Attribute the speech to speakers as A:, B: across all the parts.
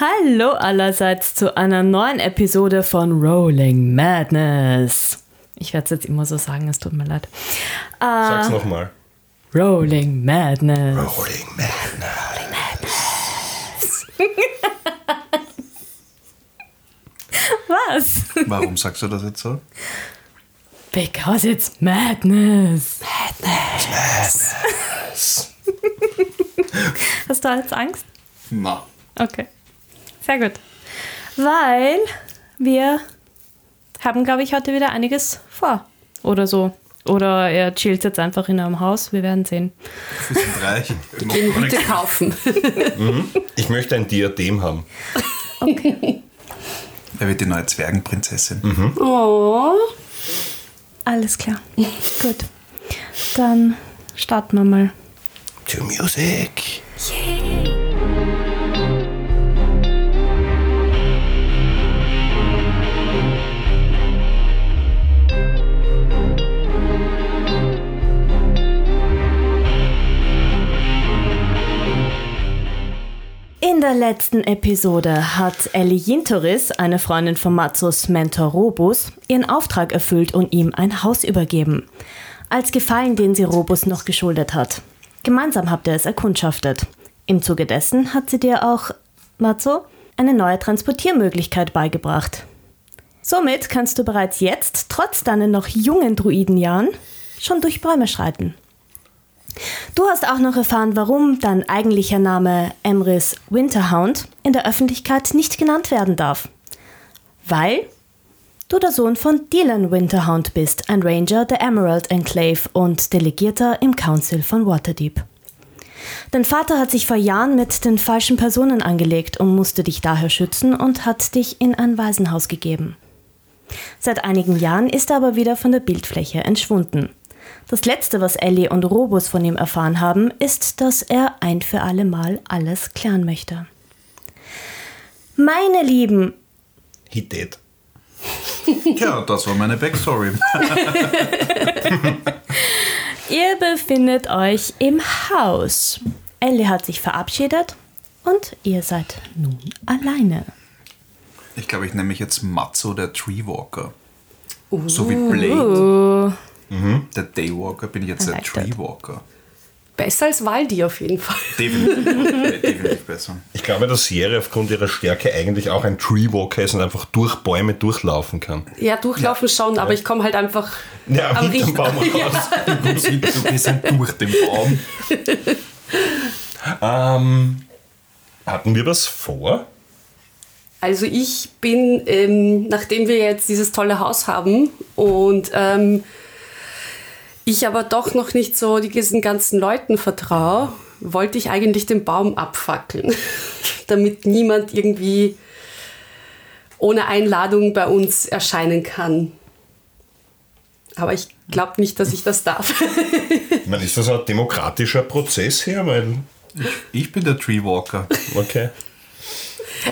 A: Hallo allerseits zu einer neuen Episode von Rolling Madness. Ich werde es jetzt immer so sagen, es tut mir leid.
B: Ah.
C: Sag's nochmal.
A: Rolling Madness.
C: Rolling Madness.
A: Was?
C: Warum sagst du das jetzt so?
A: Because it's madness. Hast du jetzt Angst?
C: Na.
A: Okay. Sehr gut. Weil wir haben, glaube ich, heute wieder einiges vor. Oder so. Oder er chillt jetzt einfach in einem Haus. Wir werden sehen.
C: Wir sind reich.
B: Den bitte kaufen.
C: Mhm. Ich möchte ein Diadem haben.
D: Er wird die neue Zwergenprinzessin.
B: Oh.
A: Alles klar. gut. Dann starten wir mal.
C: To music.
A: In der letzten Episode hat Ellie Jintoris, eine Freundin von Mazzos Mentor Robus, ihren Auftrag erfüllt und ihm ein Haus übergeben. Als Gefallen, den sie Robus noch geschuldet hat. Gemeinsam habt ihr es erkundschaftet. Im Zuge dessen hat sie dir auch, Matzo, eine neue Transportiermöglichkeit beigebracht. Somit kannst du bereits jetzt, trotz deinen noch jungen Druidenjahren, schon durch Bäume schreiten. Du hast auch noch erfahren, warum dein eigentlicher Name Emrys Winterhound in der Öffentlichkeit nicht genannt werden darf. Weil du der Sohn von Dylan Winterhound bist, ein Ranger der Emerald Enclave und Delegierter im Council von Waterdeep. Dein Vater hat sich vor Jahren mit den falschen Personen angelegt und musste dich daher schützen und hat dich in ein Waisenhaus gegeben. Seit einigen Jahren ist er aber wieder von der Bildfläche entschwunden. Das letzte, was Ellie und Robus von ihm erfahren haben, ist, dass er ein für alle Mal alles klären möchte. Meine Lieben,
C: He did.
D: Ja, das war meine Backstory.
A: ihr befindet euch im Haus. Ellie hat sich verabschiedet und ihr seid nun alleine.
D: Ich glaube, ich nenne mich jetzt Matzo, der Treewalker.
B: Uh,
D: So wie Blade, der Daywalker, bin ich jetzt der
A: like that.
D: Treewalker.
B: Besser als Waldi auf jeden Fall.
D: Definitiv, definitiv besser.
C: Ich glaube, dass Sierra aufgrund ihrer Stärke eigentlich auch ein Tree Walker ist und einfach durch Bäume durchlaufen kann.
B: Ja, durchlaufen schon, aber ich komme halt einfach
C: Ja,
B: am
C: hinterm
B: Richt-
C: Baum raus.
D: Im Prinzip, Wir sind durch den Baum.
C: Ähm, hatten wir das vor?
B: Also ich bin, ähm, nachdem wir jetzt dieses tolle Haus haben und ähm, ich aber doch noch nicht so diesen ganzen Leuten vertraue, wollte ich eigentlich den Baum abfackeln, damit niemand irgendwie ohne Einladung bei uns erscheinen kann. Aber ich glaube nicht, dass ich das darf.
C: Ich meine, ist das ein demokratischer Prozess hier? Weil,
D: Ich bin der Treewalker.
C: okay.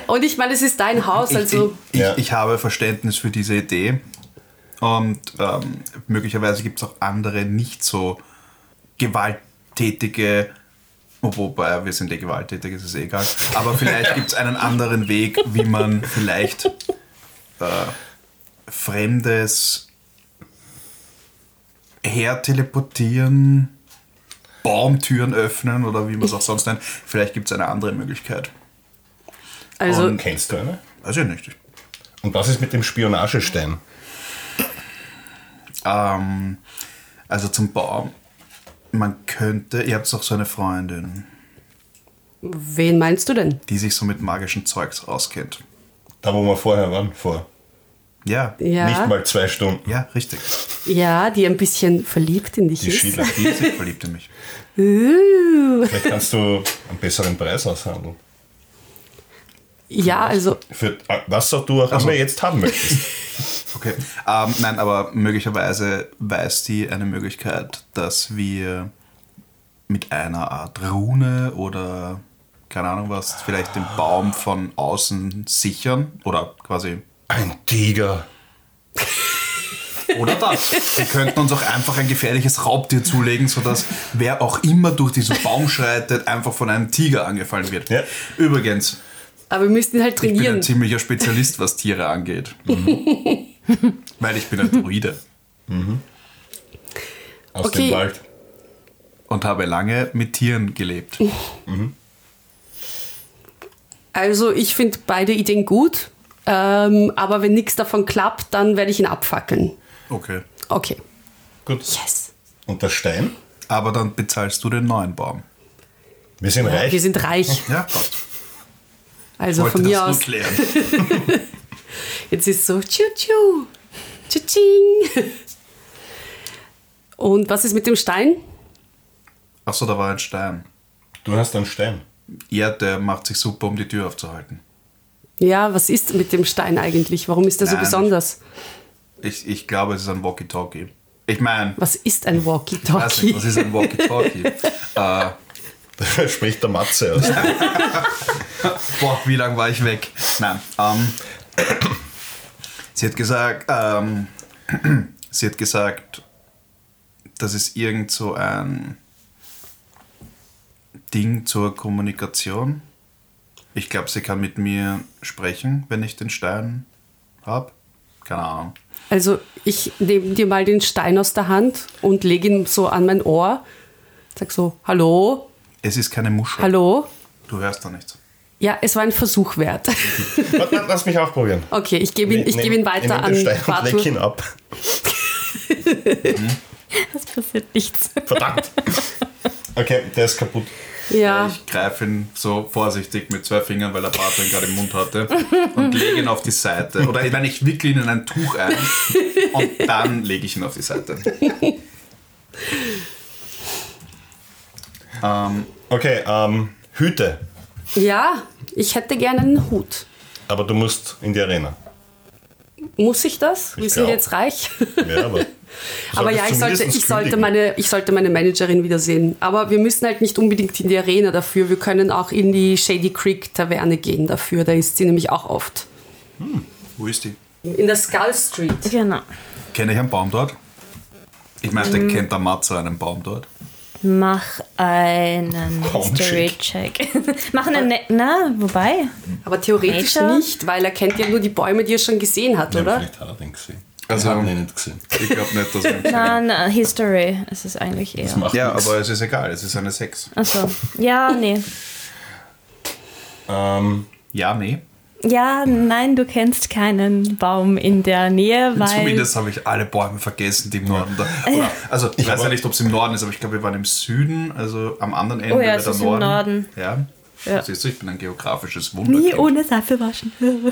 B: Und ich meine, es ist dein Haus,
D: Ich,
B: also
D: ich,
C: Ja.
D: ich, ich habe Verständnis für diese Idee. Und ähm, möglicherweise gibt es auch andere nicht so gewalttätige, wobei wir sind eh gewalttätig, es ist eh egal. Aber vielleicht gibt es einen anderen Weg, wie man vielleicht äh, Fremdes herteleportieren, Baumtüren öffnen oder wie man es auch sonst nennt. Vielleicht gibt es eine andere Möglichkeit.
B: also
D: und-
C: Kennst du eine?
D: Weiß ich nicht.
C: Und was ist mit dem Spionagestein?
D: Ähm, also zum Baum. Man könnte, ihr habt doch so eine Freundin,
B: wen meinst du denn?
D: die sich so mit magischem Zeugs auskennt.
C: Da, wo wir vorher waren, vor
D: Ja,
B: Ja.
C: nicht mal zwei Stunden.
D: ja, richtig.
B: Ja, die ein bisschen verliebt in dich
C: Die
B: ist.
C: Schiller.
D: Die sich verliebt in mich.
B: Uh,
C: Vielleicht kannst du einen besseren Preis aushandeln.
B: ja, also
C: Für äh, was auch du auch immer jetzt haben möchtest.
D: Okay. Ähm, nein, aber möglicherweise weiß die eine Möglichkeit, dass wir mit einer Art Rune oder keine Ahnung was, vielleicht den Baum von außen sichern oder quasi
C: Ein Tiger.
D: Oder das. Wir könnten uns auch einfach ein gefährliches Raubtier zulegen, sodass wer auch immer durch diesen Baum schreitet, einfach von einem Tiger angefallen wird.
C: Ja.
D: Übrigens,
B: Aber wir müssten ihn halt
D: Ich bin
B: trainieren.
D: ein ziemlicher Spezialist, was Tiere angeht. Weil ich bin ein Druide
C: Aus
B: Okay.
C: dem Wald.
D: und habe lange mit Tieren gelebt.
B: Also ich finde beide Ideen gut, ähm, aber wenn nichts davon klappt, dann werde ich ihn abfackeln.
D: Okay.
B: Okay.
C: Gut.
B: Yes.
C: Und der Stein?
D: Aber dann bezahlst du den neuen Baum.
C: Wir sind reich.
B: Wir sind reich.
D: Ja, passt.
B: Also von mir aus.
D: klären.
B: Jetzt ist so tschu-tschu. Tsching. Und was ist mit dem Stein?
D: Achso, da war ein Stein.
C: du hast einen Stein.
D: Ja, der macht sich super, um die Tür aufzuhalten.
B: Ja, was ist mit dem Stein eigentlich? Warum ist der so
D: Nein.
B: besonders?
D: Ich, ich glaube, es ist ein Walkie-Talkie. Ich meine,
B: Was ist ein
D: weiß nicht, was
B: Walkie-Talkie?
D: ist ein Walkie-Talkie? äh,
C: Da spricht der Matze aus.
D: boah, wie lange war ich weg? Nein. Ähm, sie hat gesagt, ähm, sie hat gesagt, das ist irgend so ein Ding zur Kommunikation. Ich glaube, sie kann mit mir sprechen, wenn ich den Stein habe. Keine Ahnung.
B: Also ich nehme dir mal den Stein aus der Hand und lege ihn so an mein Ohr. Sag so, hallo,
D: Es ist keine Muschel.
B: hallo.
D: Du hörst da nichts.
B: Ja, es war ein Versuch wert.
C: Warte, warte, Lass mich auch probieren.
B: Okay, ich gebe ihn, ich
C: Nehm-
B: gebe ihn weiter
C: nehm den Stein
B: an
C: und leg
B: Bartu.
C: ihn ab.
A: Es passiert nichts.
C: Verdammt. Okay, der ist kaputt.
B: Ja,
D: Äh, Ich greife ihn so vorsichtig mit zwei Fingern, weil er Bartel gerade im Mund hatte, und lege ihn auf die Seite. Oder ich meine, ich wickle ihn in ein Tuch ein und dann lege ich ihn auf die Seite. Ähm,
C: Okay, ähm, Hüte.
B: ja, ich hätte gerne einen Hut.
C: Aber du musst in die Arena.
B: Muss ich das? Wir sind
C: glaub.
B: jetzt reich.
C: Ja, aber. du
B: Aber
C: solltest
B: ja, ich sollte,
C: zumindest
B: ich, sollte
C: kündigen.
B: meine, ich sollte meine Managerin wiedersehen. Aber wir müssen halt nicht unbedingt in die Arena dafür. Wir können auch in die Shady Creek Taverne gehen dafür. Da ist sie nämlich auch oft.
D: wo ist die?
B: In der Skull Street.
A: Genau.
D: Kenne ich einen Baum dort? Ich meine, der kennt der Matze einen Baum dort.
A: Mach einen
C: Komm,
A: History-Check. Mach einen. Ne Na, wobei?
B: Aber theoretisch
A: Nature?
B: nicht, weil er kennt ja nur die Bäume, die er schon gesehen hat,
C: Nein,
B: oder?
C: Vielleicht hat er den gesehen.
D: Also-
C: wir haben ihn nicht gesehen.
D: Ich glaube nicht, dass er ihn kennt.
A: Nein, äh, History. Es ist eigentlich
C: Das
A: eher.
C: macht
D: Ja,
C: nichts.
D: aber es ist egal, es ist eine 6.
A: Achso. Ja, nee.
C: Ähm,
D: Ja, nee.
A: Ja, nein, du kennst keinen Baum in der Nähe, weil. Äh.
D: Zumindest habe ich alle Bäume vergessen, die im Norden da. Oder, also ich weiß ja nicht, ob es im Norden ist, aber ich glaube, wir waren im Süden, also am anderen Ende
A: Oh ja,
D: wäre
A: es
D: der
A: ist im
D: Norden.
A: Norden.
D: Ja.
A: Ja.
D: Siehst du, ich bin ein geografisches
A: Nie
D: Wunder.
A: ohne Seife waschen.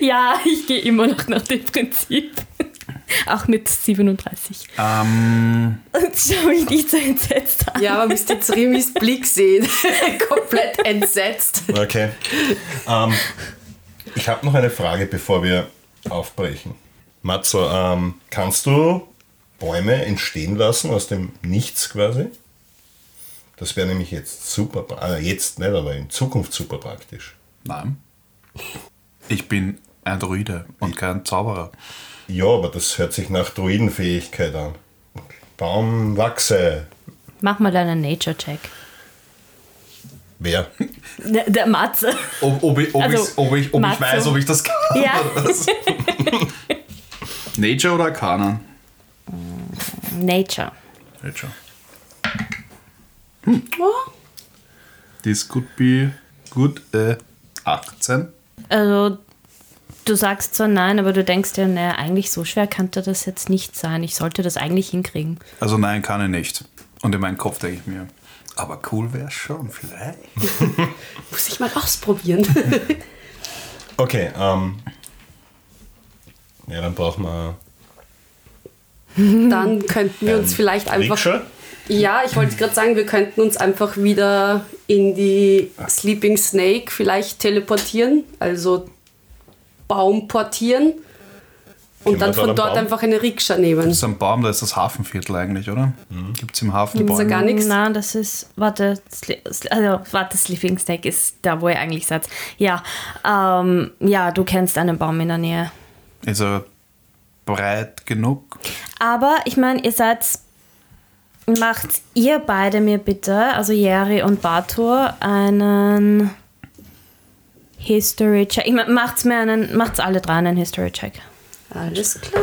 A: ja, ich gehe immer noch nach dem Prinzip. Auch mit 37.
C: Ah.
D: Ähm,
A: Und schau mich nicht so entsetzt an.
B: Ja, aber müsst jetzt Remis Blick sehen. Komplett entsetzt.
C: okay. ähm, ich habe noch eine Frage, bevor wir aufbrechen. Matzo, ähm, kannst du Bäume entstehen lassen aus dem Nichts quasi? Das wäre nämlich jetzt super, pra- ah, jetzt nicht, aber in Zukunft super praktisch.
D: nein. Ich bin ein Druide und kein Zauberer.
C: Ja, aber das hört sich nach Druidenfähigkeit an. Baum wachse.
A: Mach mal deinen Nature-Check.
C: Wer?
A: Der, der Matze.
D: Ob, ob, ich, ob,
A: Also,
D: ich's- ob, ich, ob ich
A: Matzo.
D: weiß, ob ich das kann.
A: Ja.
D: Nature oder Arcana?
A: Nature.
D: Nature.
A: Hm.
D: This could be good. Äh, 18.
A: Also, du sagst zwar nein, aber du denkst dir, naja, eigentlich so schwer könnte das jetzt nicht sein. Ich sollte das eigentlich hinkriegen.
D: Also nein, kann er nicht. Und in meinem Kopf denke ich mir, aber cool wäre schon, vielleicht.
B: Muss ich mal ausprobieren.
C: Okay, ähm. Ja, dann brauchen wir.
B: Dann könnten wir uns
C: Ähm,
B: vielleicht einfach
C: Rikscha?
B: Ja, ich wollte gerade sagen, wir könnten uns einfach wieder in die
C: Ah.
B: Sleeping Snake vielleicht teleportieren, also Baum portieren und
C: Gehen wir
B: dann
C: da
B: von
C: den
B: dort
C: Baum?
B: einfach eine Rikscha nehmen.
D: Das ist ein Baum, da ist das Hafenviertel eigentlich, oder? Gibt es im Hafen die
B: Gibt's ja
D: Bäume?
B: gar nichts.
A: Nein, das ist, warte, Sli- Sli- also, warte, Sleeping Snake ist da, wo ihr eigentlich seid. Ja, ähm, ja, du kennst einen Baum in der Nähe.
D: Ist er breit genug?
A: Aber ich meine, ihr seid. Macht ihr beide mir bitte, also Jerry und Bartur, einen History Check. Ich mein, macht's mir einen, macht's alle drei einen History Check.
B: Alles klar.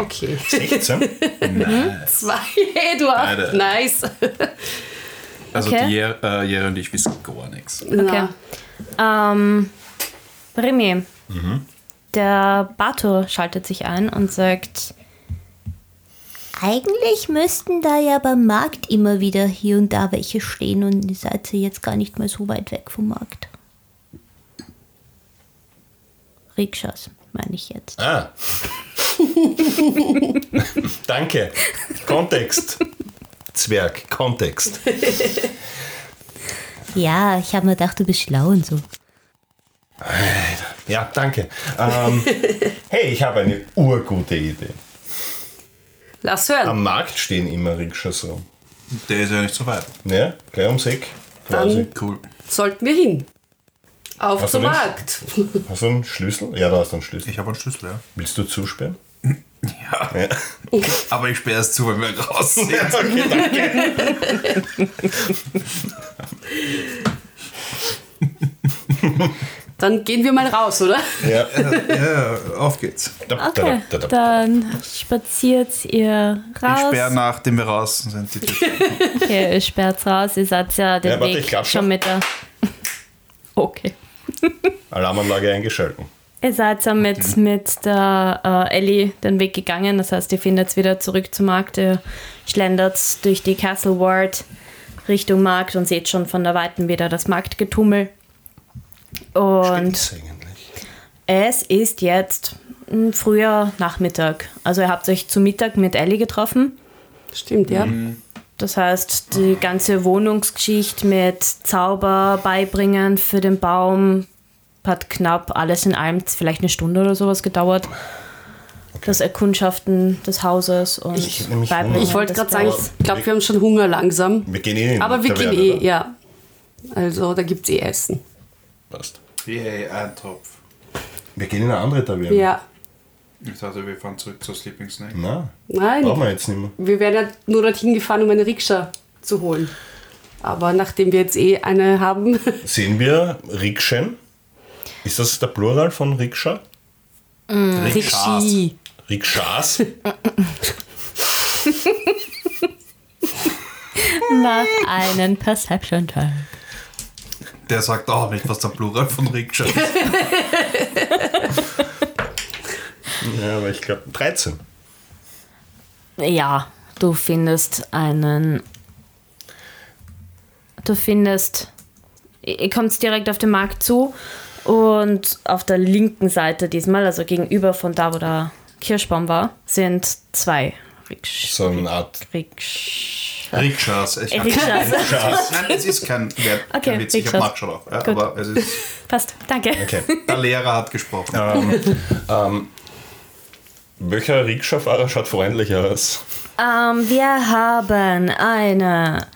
B: Okay.
C: 16?
B: Zwei, Eduard.
D: Beide.
B: Nice.
D: Also
A: Okay.
D: die Jer- äh, Jere und ich wissen gar nichts.
A: Okay. Ähm, Remy.
C: Mhm.
A: Der Bato schaltet sich ein und sagt,
E: Eigentlich müssten da ja beim Markt immer wieder hier und da welche stehen und ihr seid ihr jetzt gar nicht mal so weit weg vom Markt. Rikschas, meine ich jetzt.
C: Ah. Danke. Kontext. Zwerg, Kontext.
E: Ja, ich habe mir gedacht, du bist schlau und so.
C: Ja, danke. Ähm, hey, ich habe eine urgute Idee.
B: Lass hören.
C: Am Markt stehen immer Rikschas rum.
D: Der ist ja nicht so weit. Also
C: Ja, gleich ums Eck. Quasi.
D: Cool.
B: Sollten wir hin. Auf
C: Hast du
B: zum
C: nicht?
B: Markt.
C: Hast du einen Schlüssel? Ja, da hast du einen Schlüssel.
D: Ich habe einen Schlüssel, ja.
C: Willst du zusperren?
D: Ja.
C: Ja.
D: Aber ich sperre es zu, wenn wir raus sind.
C: okay, danke.
B: Dann gehen wir mal raus, oder?
C: Ja.
D: ja, auf geht's.
C: Da,
A: okay,
C: da, da, da.
A: dann spaziert ihr
D: Ich
A: raus.
D: sperre nachdem wir raus sind. Die Tür.
A: Okay, ihr sperrt raus, ihr seid ja den
C: Ja, warte, ich
A: Weg
C: klatsch
A: schon
C: noch.
A: mit der... Okay.
C: Alarmanlage eingeschalten.
A: Ihr seid ja
C: Mhm.
A: mit, mit der äh, Ellie den Weg gegangen, das heißt, ihr findet wieder zurück zum Markt, ihr schlendert durch die Castle Ward Richtung Markt und seht schon von der Weiten wieder das Marktgetummel. Und
C: Stimmt's eigentlich.
A: es ist jetzt ein früher Nachmittag. Also ihr habt euch zu Mittag mit Ellie getroffen.
B: Stimmt, ja.
A: Das heißt, die ganze Wohnungsgeschichte mit Zauber beibringen für den Baum hat knapp alles in allem vielleicht eine Stunde oder sowas gedauert. Das Erkundschaften des Hauses und
C: Ich- nämlich
A: Beibringen
C: Hunger.
B: Ich wollte
A: des
B: gerade sagen,
A: Baums.
B: ich glaube, wir haben schon Hunger langsam.
C: Wir gehen eh in die
B: Aber wir gehen
C: Taverne,
B: eh,
C: oder?
B: ja. Also, da gibt's eh Essen.
C: Passt.
D: Yay, ein Topf.
C: Wir gehen in eine andere Taverne.
B: Ja.
D: Ich dachte, wir fahren zurück zur Sleeping Snake.
C: Na,
B: Nein.
C: brauchen wir jetzt nicht mehr.
B: Wir wären ja nur dorthin gefahren, um eine Rikscha zu holen. Aber nachdem wir jetzt eh eine haben,
C: Sehen wir Rikschen? Ist das der Plural von Rikscha?
D: Rikschas.
C: Rikschas?
E: Mach einen Perception-Teil.
D: Der sagt auch nicht, was der Plural von Rikscha ist.
C: ja, aber ich glaube 13.
A: Ja, du findest einen. Du findest. Ihr kommt direkt auf den Markt zu und auf der linken Seite diesmal, also gegenüber von da, wo der Kirschbaum war, sind zwei Riksch.
C: So eine Art
A: Riksch.
D: Rikschas. Ich hab-
A: Rikschas.
D: Rikschas. Nein, es ist kein Wert.
A: Okay,
D: kein Witz. Ich habe
A: Rikschas.
D: nachgeschaut auch. Ja,
A: Gut.
D: aber es ist,
A: Passt, danke.
C: Okay.
D: der Lehrer hat gesprochen.
C: Welcher Rikscha-Fahrer schaut freundlicher aus?
A: Ähm, wir haben eine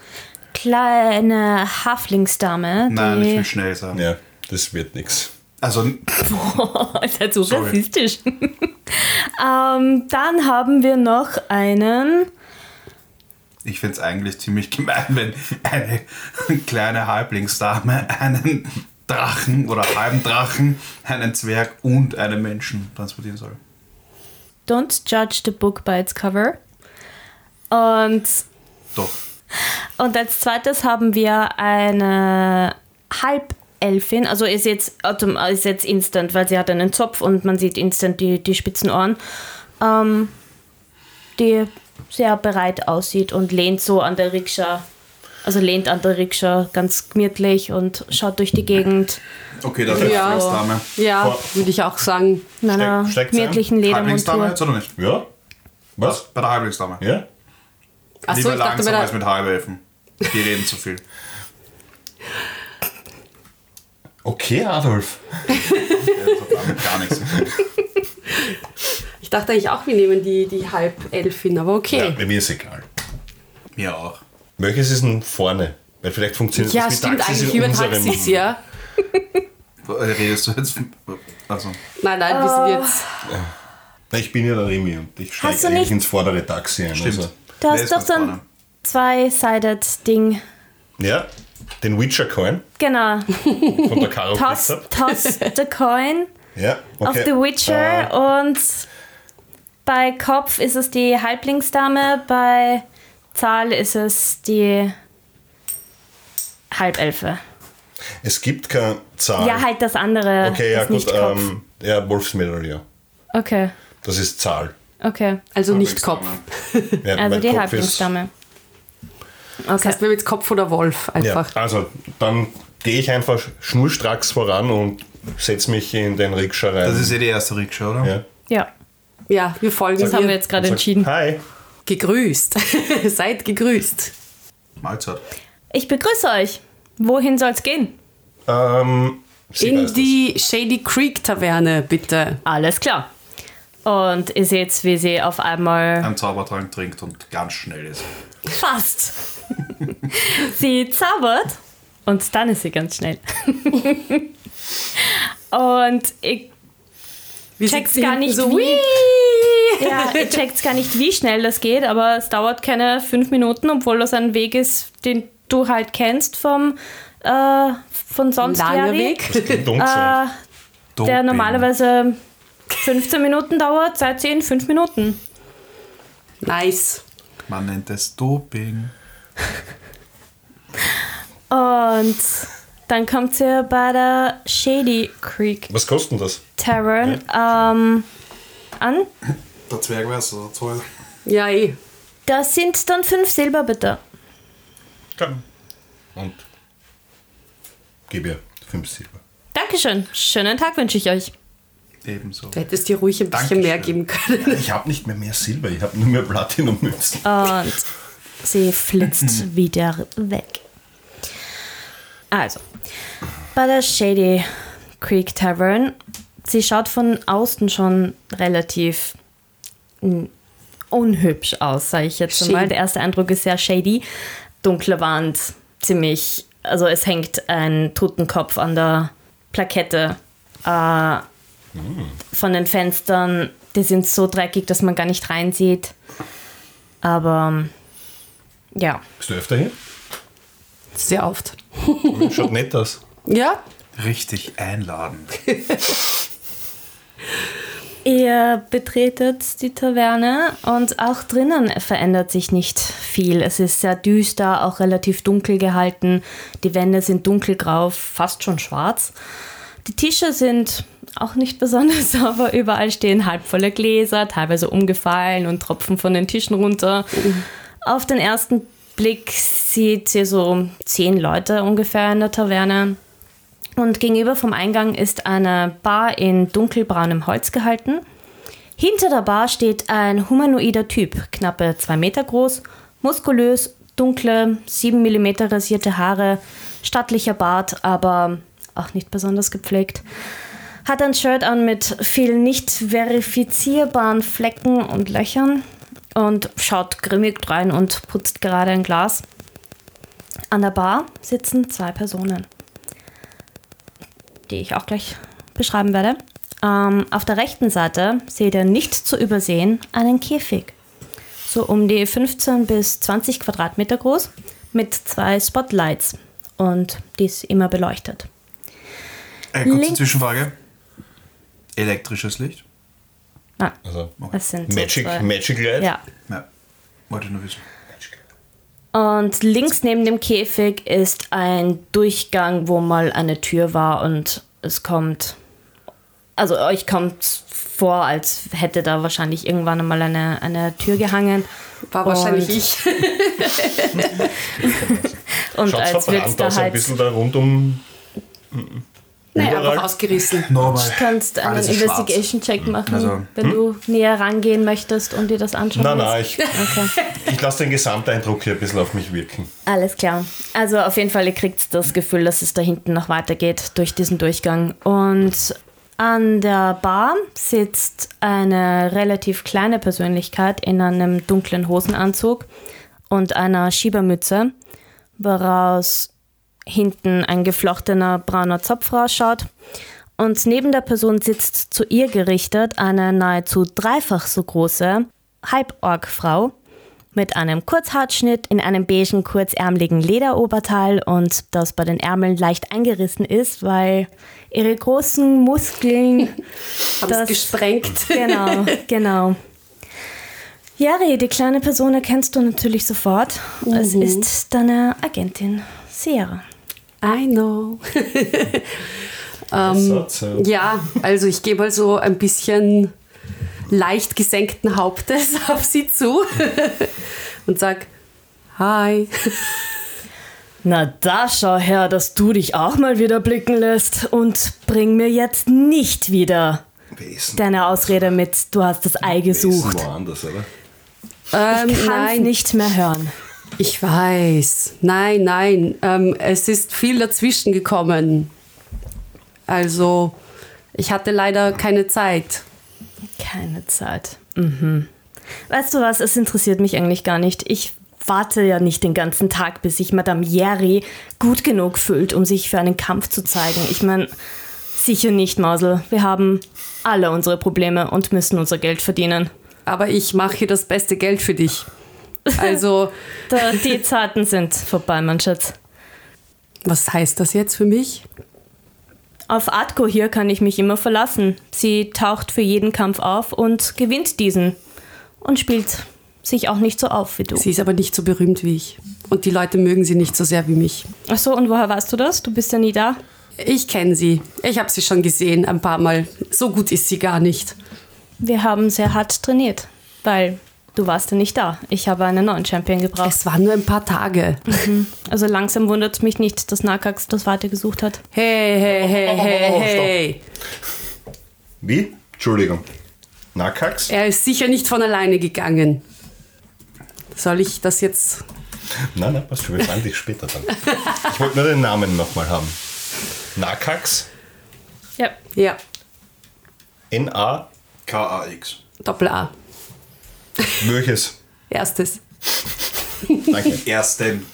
A: kleine Haflingsdame.
D: Nein, ich
A: die
D: will schnell sein.
C: Ja, das wird nichts.
D: Also,
A: Ist halt so
D: Sorry.
A: rassistisch. ähm, dann haben wir noch einen.
D: ich finde es eigentlich ziemlich gemein, wenn eine kleine Halblingsdame einen Drachen oder halben Drachen, einen Zwerg und einen Menschen transportieren soll.
A: Don't judge the book by its cover. Und,
D: Doch.
A: und als zweites haben wir eine Halbelfin. Also ist jetzt, autom- ist jetzt instant, weil sie hat einen Zopf und man sieht instant die, die spitzen Ohren. Ähm, die sehr bereit aussieht und lehnt so an der Rikscha. Also lehnt an der Rikscha ganz gemütlich und schaut durch die Gegend.
D: Okay, das ist
B: Ja.
D: Halblingsdame.
B: ja,
C: Boah.
B: würde ich auch sagen.
A: in einer
C: steckt's ein?
A: gemütlichen
D: Halblingsdame
A: Ledermontur.
D: jetzt oder nicht?
C: Ja? Was?
D: Bei der Halblingsdame.
C: Ja?
B: Achso,
D: Lieber
B: ich dachte
D: langsam
B: mir
D: als
B: da.
D: mit Halbelfen. Die reden zu viel.
C: Okay, Adolf.
D: Das hat damit gar nichts. zu tun.
B: Ich dachte eigentlich auch, wir nehmen die, die Halbelfin, aber okay.
C: Ja, mir ist egal.
D: Mir auch.
C: Welches ist denn vorne? Weil vielleicht funktioniert
B: Ja,
C: das mit
B: stimmt
C: Taxis
B: eigentlich
C: in
B: über
C: unserem-
B: Taxis, ja.
D: Äh, Redest du jetzt? Also,
B: Nein, nein, wir
A: Oh.
B: sind jetzt.
C: Na, ich bin ja der Remi und ich
A: Hast du
C: steige eigentlich
A: nicht-
C: ins vordere Taxi ein.
D: stimmt.
C: Also.
A: Du
D: Wer
A: hast
D: ist
A: doch
D: ganz
A: so ein
D: vorne?
A: zwei-sided Ding.
C: Ja, den Witcher-Coin
A: Genau.
C: von der Caro
A: Toss,
C: gekriegt hab.
A: toss the coin
C: Ja, Äh,
A: auf The Witcher und bei Kopf ist es die Halblingsdame, bei Zahl ist es die Halbelfe.
C: Äh, es gibt keine Zahl.
A: Ja, halt das andere.
C: Ah, okay, ja
A: ist
C: gut.
A: nicht Kopf.
C: Ähm, ja, Wolfsmiller, ja.
A: okay,
C: Das ist Zahl.
A: okay.
B: Also nicht Kopf.
C: Ja,
A: Also
C: weil
A: die
C: Kopf
A: Halblingsdame.
B: Das heißt, wir haben jetzt Kopf oder Wolf
C: ist- Ja,
B: einfach.
C: also dann gehe ich einfach schnurstracks voran und setze mich in den Rikscha rein.
D: Das ist ja die erste Rikscha, oder?
C: ja.
A: Ja,
B: Ja, wir folgen
A: das haben wir jetzt gerade
C: Und sag,
A: entschieden.
C: Hi.
B: Gegrüßt. Seid gegrüßt.
D: Mahlzeit.
A: Ich begrüße euch. Wohin soll's gehen?
C: Ähm, sie
B: In
C: weiß
B: die Shady Creek Taverne, bitte.
A: Alles klar. Und ihr seht, wie sie auf einmal
D: Ein Zaubertrank trinkt und ganz schnell ist.
A: Fast. sie zaubert und dann ist sie ganz schnell. und ich
B: Wir
A: check's
B: sitzen
A: gar
B: hinten
A: nicht,
B: "Wii!"
A: wie. Ja, ich check's gar nicht, wie schnell das geht, aber es dauert keine fünf Minuten, obwohl das ein Weg ist, den du halt kennst vom äh, von sonst
B: Langer
A: Yari,
B: Weg.
C: das. Don't
A: äh, der
D: Doping.
A: normalerweise 15 Minuten dauert, seit 10, 5 Minuten.
B: Nice.
D: Man nennt es Doping.
A: Und dann kommt ihr bei der Shady Creek
C: Was kostet denn das?
A: Tavern ähm, an.
D: Der Zwerg weiß so toll.
B: Ja, eh.
A: Das sind dann fünf Silber, bitte.
C: Kann. Und gebe ihr fünf Silber.
A: Dankeschön. Schönen Tag wünsche ich euch.
D: Ebenso.
B: Du hättest dir ruhig ein
D: Dankeschön.
B: bisschen mehr geben können.
C: Ich habe nicht mehr mehr Silber, ich habe nur mehr Platinummünzen.
A: Und sie flitzt wieder weg. Also, bei der Shady Creek Tavern, sie schaut von außen schon relativ mm, unhübsch aus, sage ich jetzt schon mal.
B: Shady.
A: Der erste Eindruck ist sehr shady. Dunkle Wand, ziemlich, also es hängt ein Totenkopf an der Plakette äh, von den Fenstern. Die sind so dreckig, dass man gar nicht reinsieht. Aber ähm, ja,
C: Bist du öfter hier?
B: Sehr oft.
C: Schaut nett aus.
B: Ja,
D: Richtig einladen.
A: Ihr betretet die Taverne und auch drinnen verändert sich nicht viel. Es ist sehr düster, auch relativ dunkel gehalten. Die Wände sind dunkelgrau, fast schon schwarz. Die Tische sind auch nicht besonders sauber. Überall stehen halbvolle Gläser, teilweise umgefallen und tropfen von den Tischen runter. Auf den ersten Blick sieht ihr so zehn Leute ungefähr in der Taverne. Und gegenüber vom Eingang ist eine Bar in dunkelbraunem Holz gehalten. Hinter der Bar steht ein humanoider Typ, knappe zwei Meter groß, muskulös, dunkle, 7 mm rasierte Haare, stattlicher Bart, aber auch nicht besonders gepflegt. Hat ein Shirt an mit vielen nicht verifizierbaren Flecken und Löchern und schaut grimmig rein und putzt gerade ein Glas. An der Bar sitzen zwei Personen die ich auch gleich beschreiben werde. Ähm, auf der rechten Seite seht ihr nicht zu übersehen einen Käfig. So um die 15 bis 20 Quadratmeter groß mit zwei Spotlights und die ist immer beleuchtet.
D: Äh, kurze
A: Links.
D: Zwischenfrage. Elektrisches Licht?
A: Ah,
C: Also,
A: es sind so
C: Magic,
A: zwei.
C: Magic Light?
A: Ja.
D: Ja. Wollte ich nur wissen.
A: Und links neben dem Käfig ist ein Durchgang, wo mal eine Tür war und es kommt. Also euch kommt vor, als hätte da wahrscheinlich irgendwann mal eine, eine Tür gehangen.
B: war wahrscheinlich
A: Und-
B: ich.
A: Und
C: Schaut
A: als
C: verbrannt
A: wirkst du
C: aus, ein
A: halt,
C: bisschen da um- rundum.
B: Naja,
C: Überall.
B: einfach ausgerissen.
D: Normal.
A: kannst einen
D: Alles ist
A: Investigation-Check machen,
D: Also,
A: wenn du näher rangehen möchtest und dir das anschauen
C: hm? Nein, nein,
A: willst.
C: ich, ich lasse den Gesamteindruck hier ein bisschen auf mich wirken.
A: Alles klar. Also auf jeden Fall, ihr kriegt das Gefühl, dass es da hinten noch weitergeht durch diesen Durchgang. Und an der Bar sitzt eine relativ kleine Persönlichkeit in einem dunklen Hosenanzug und einer Schiebermütze, woraus hinten ein geflochtener brauner Zopf rausschaut. Und neben der Person sitzt zu ihr gerichtet eine nahezu dreifach so große Halborg-Frau mit einem Kurzhaarschnitt in einem beigen, kurzärmeligen Lederoberteil und das bei den Ärmeln leicht eingerissen ist, weil ihre großen Muskeln
B: Haben es gesprengt.
A: Genau, genau. Jari, die kleine Person erkennst du natürlich sofort. Es ist deine Agentin, Sierra.
B: I know.
C: Ähm, so.
B: Ja, also ich gehe mal so ein bisschen leicht gesenkten Hauptes auf sie zu und sag Hi.
A: Na, da schau her, dass du dich auch mal wieder blicken lässt und bring mir jetzt nicht wieder
C: Wer ist denn-
A: deine Ausrede mit, du hast das Ei
C: wer ist denn
A: gesucht.
C: Woanders, oder?
B: Ähm,
A: Kann's nicht mehr hören.
B: Ich weiß. Nein, nein. Ähm, es ist viel dazwischen gekommen. Also, ich hatte leider keine Zeit.
A: Keine Zeit. Mhm. Weißt du was, es interessiert mich eigentlich gar nicht. Ich warte ja nicht den ganzen Tag, bis sich Madame Yeri gut genug fühlt, um sich für einen Kampf zu zeigen. Ich meine, sicher nicht, Mausel. Wir haben alle unsere Probleme und müssen unser Geld verdienen.
B: Aber ich mache hier das beste Geld für dich. Also,
A: Da, die Zeiten sind vorbei, mein Schatz.
B: was heißt das jetzt für mich?
A: Auf Atko hier kann ich mich immer verlassen. Sie taucht für jeden Kampf auf und gewinnt diesen. Und spielt sich auch nicht so auf wie du.
B: Sie ist aber nicht so berühmt wie ich. Und die Leute mögen sie nicht so sehr wie mich.
A: Ach so, und woher weißt du das? Du bist ja nie da.
B: Ich kenne sie. Ich habe sie schon gesehen ein paar Mal. So gut ist sie gar nicht.
A: Wir haben sehr hart trainiert, weil du warst ja nicht da. Ich habe einen neuen Champion gebraucht.
B: Es waren nur ein paar Tage.
A: Also langsam wundert es mich nicht, dass Nakax das weitergesucht hat.
B: Hey, hey, hey, hey,
C: Stopp.
B: hey.
C: Wie? Entschuldigung. Nakax?
B: Er ist sicher nicht von alleine gegangen. Soll ich das jetzt.
C: Nein, nein, passt schon. Wir fragen dich später dann. Ich wollte nur den Namen nochmal haben. Nakax?
A: Ja.
B: Ja,
C: N-A?
D: K-A-X.
B: Doppel A.
C: Welches?
B: Erstes.
A: eh
C: Danke.
D: Ersten.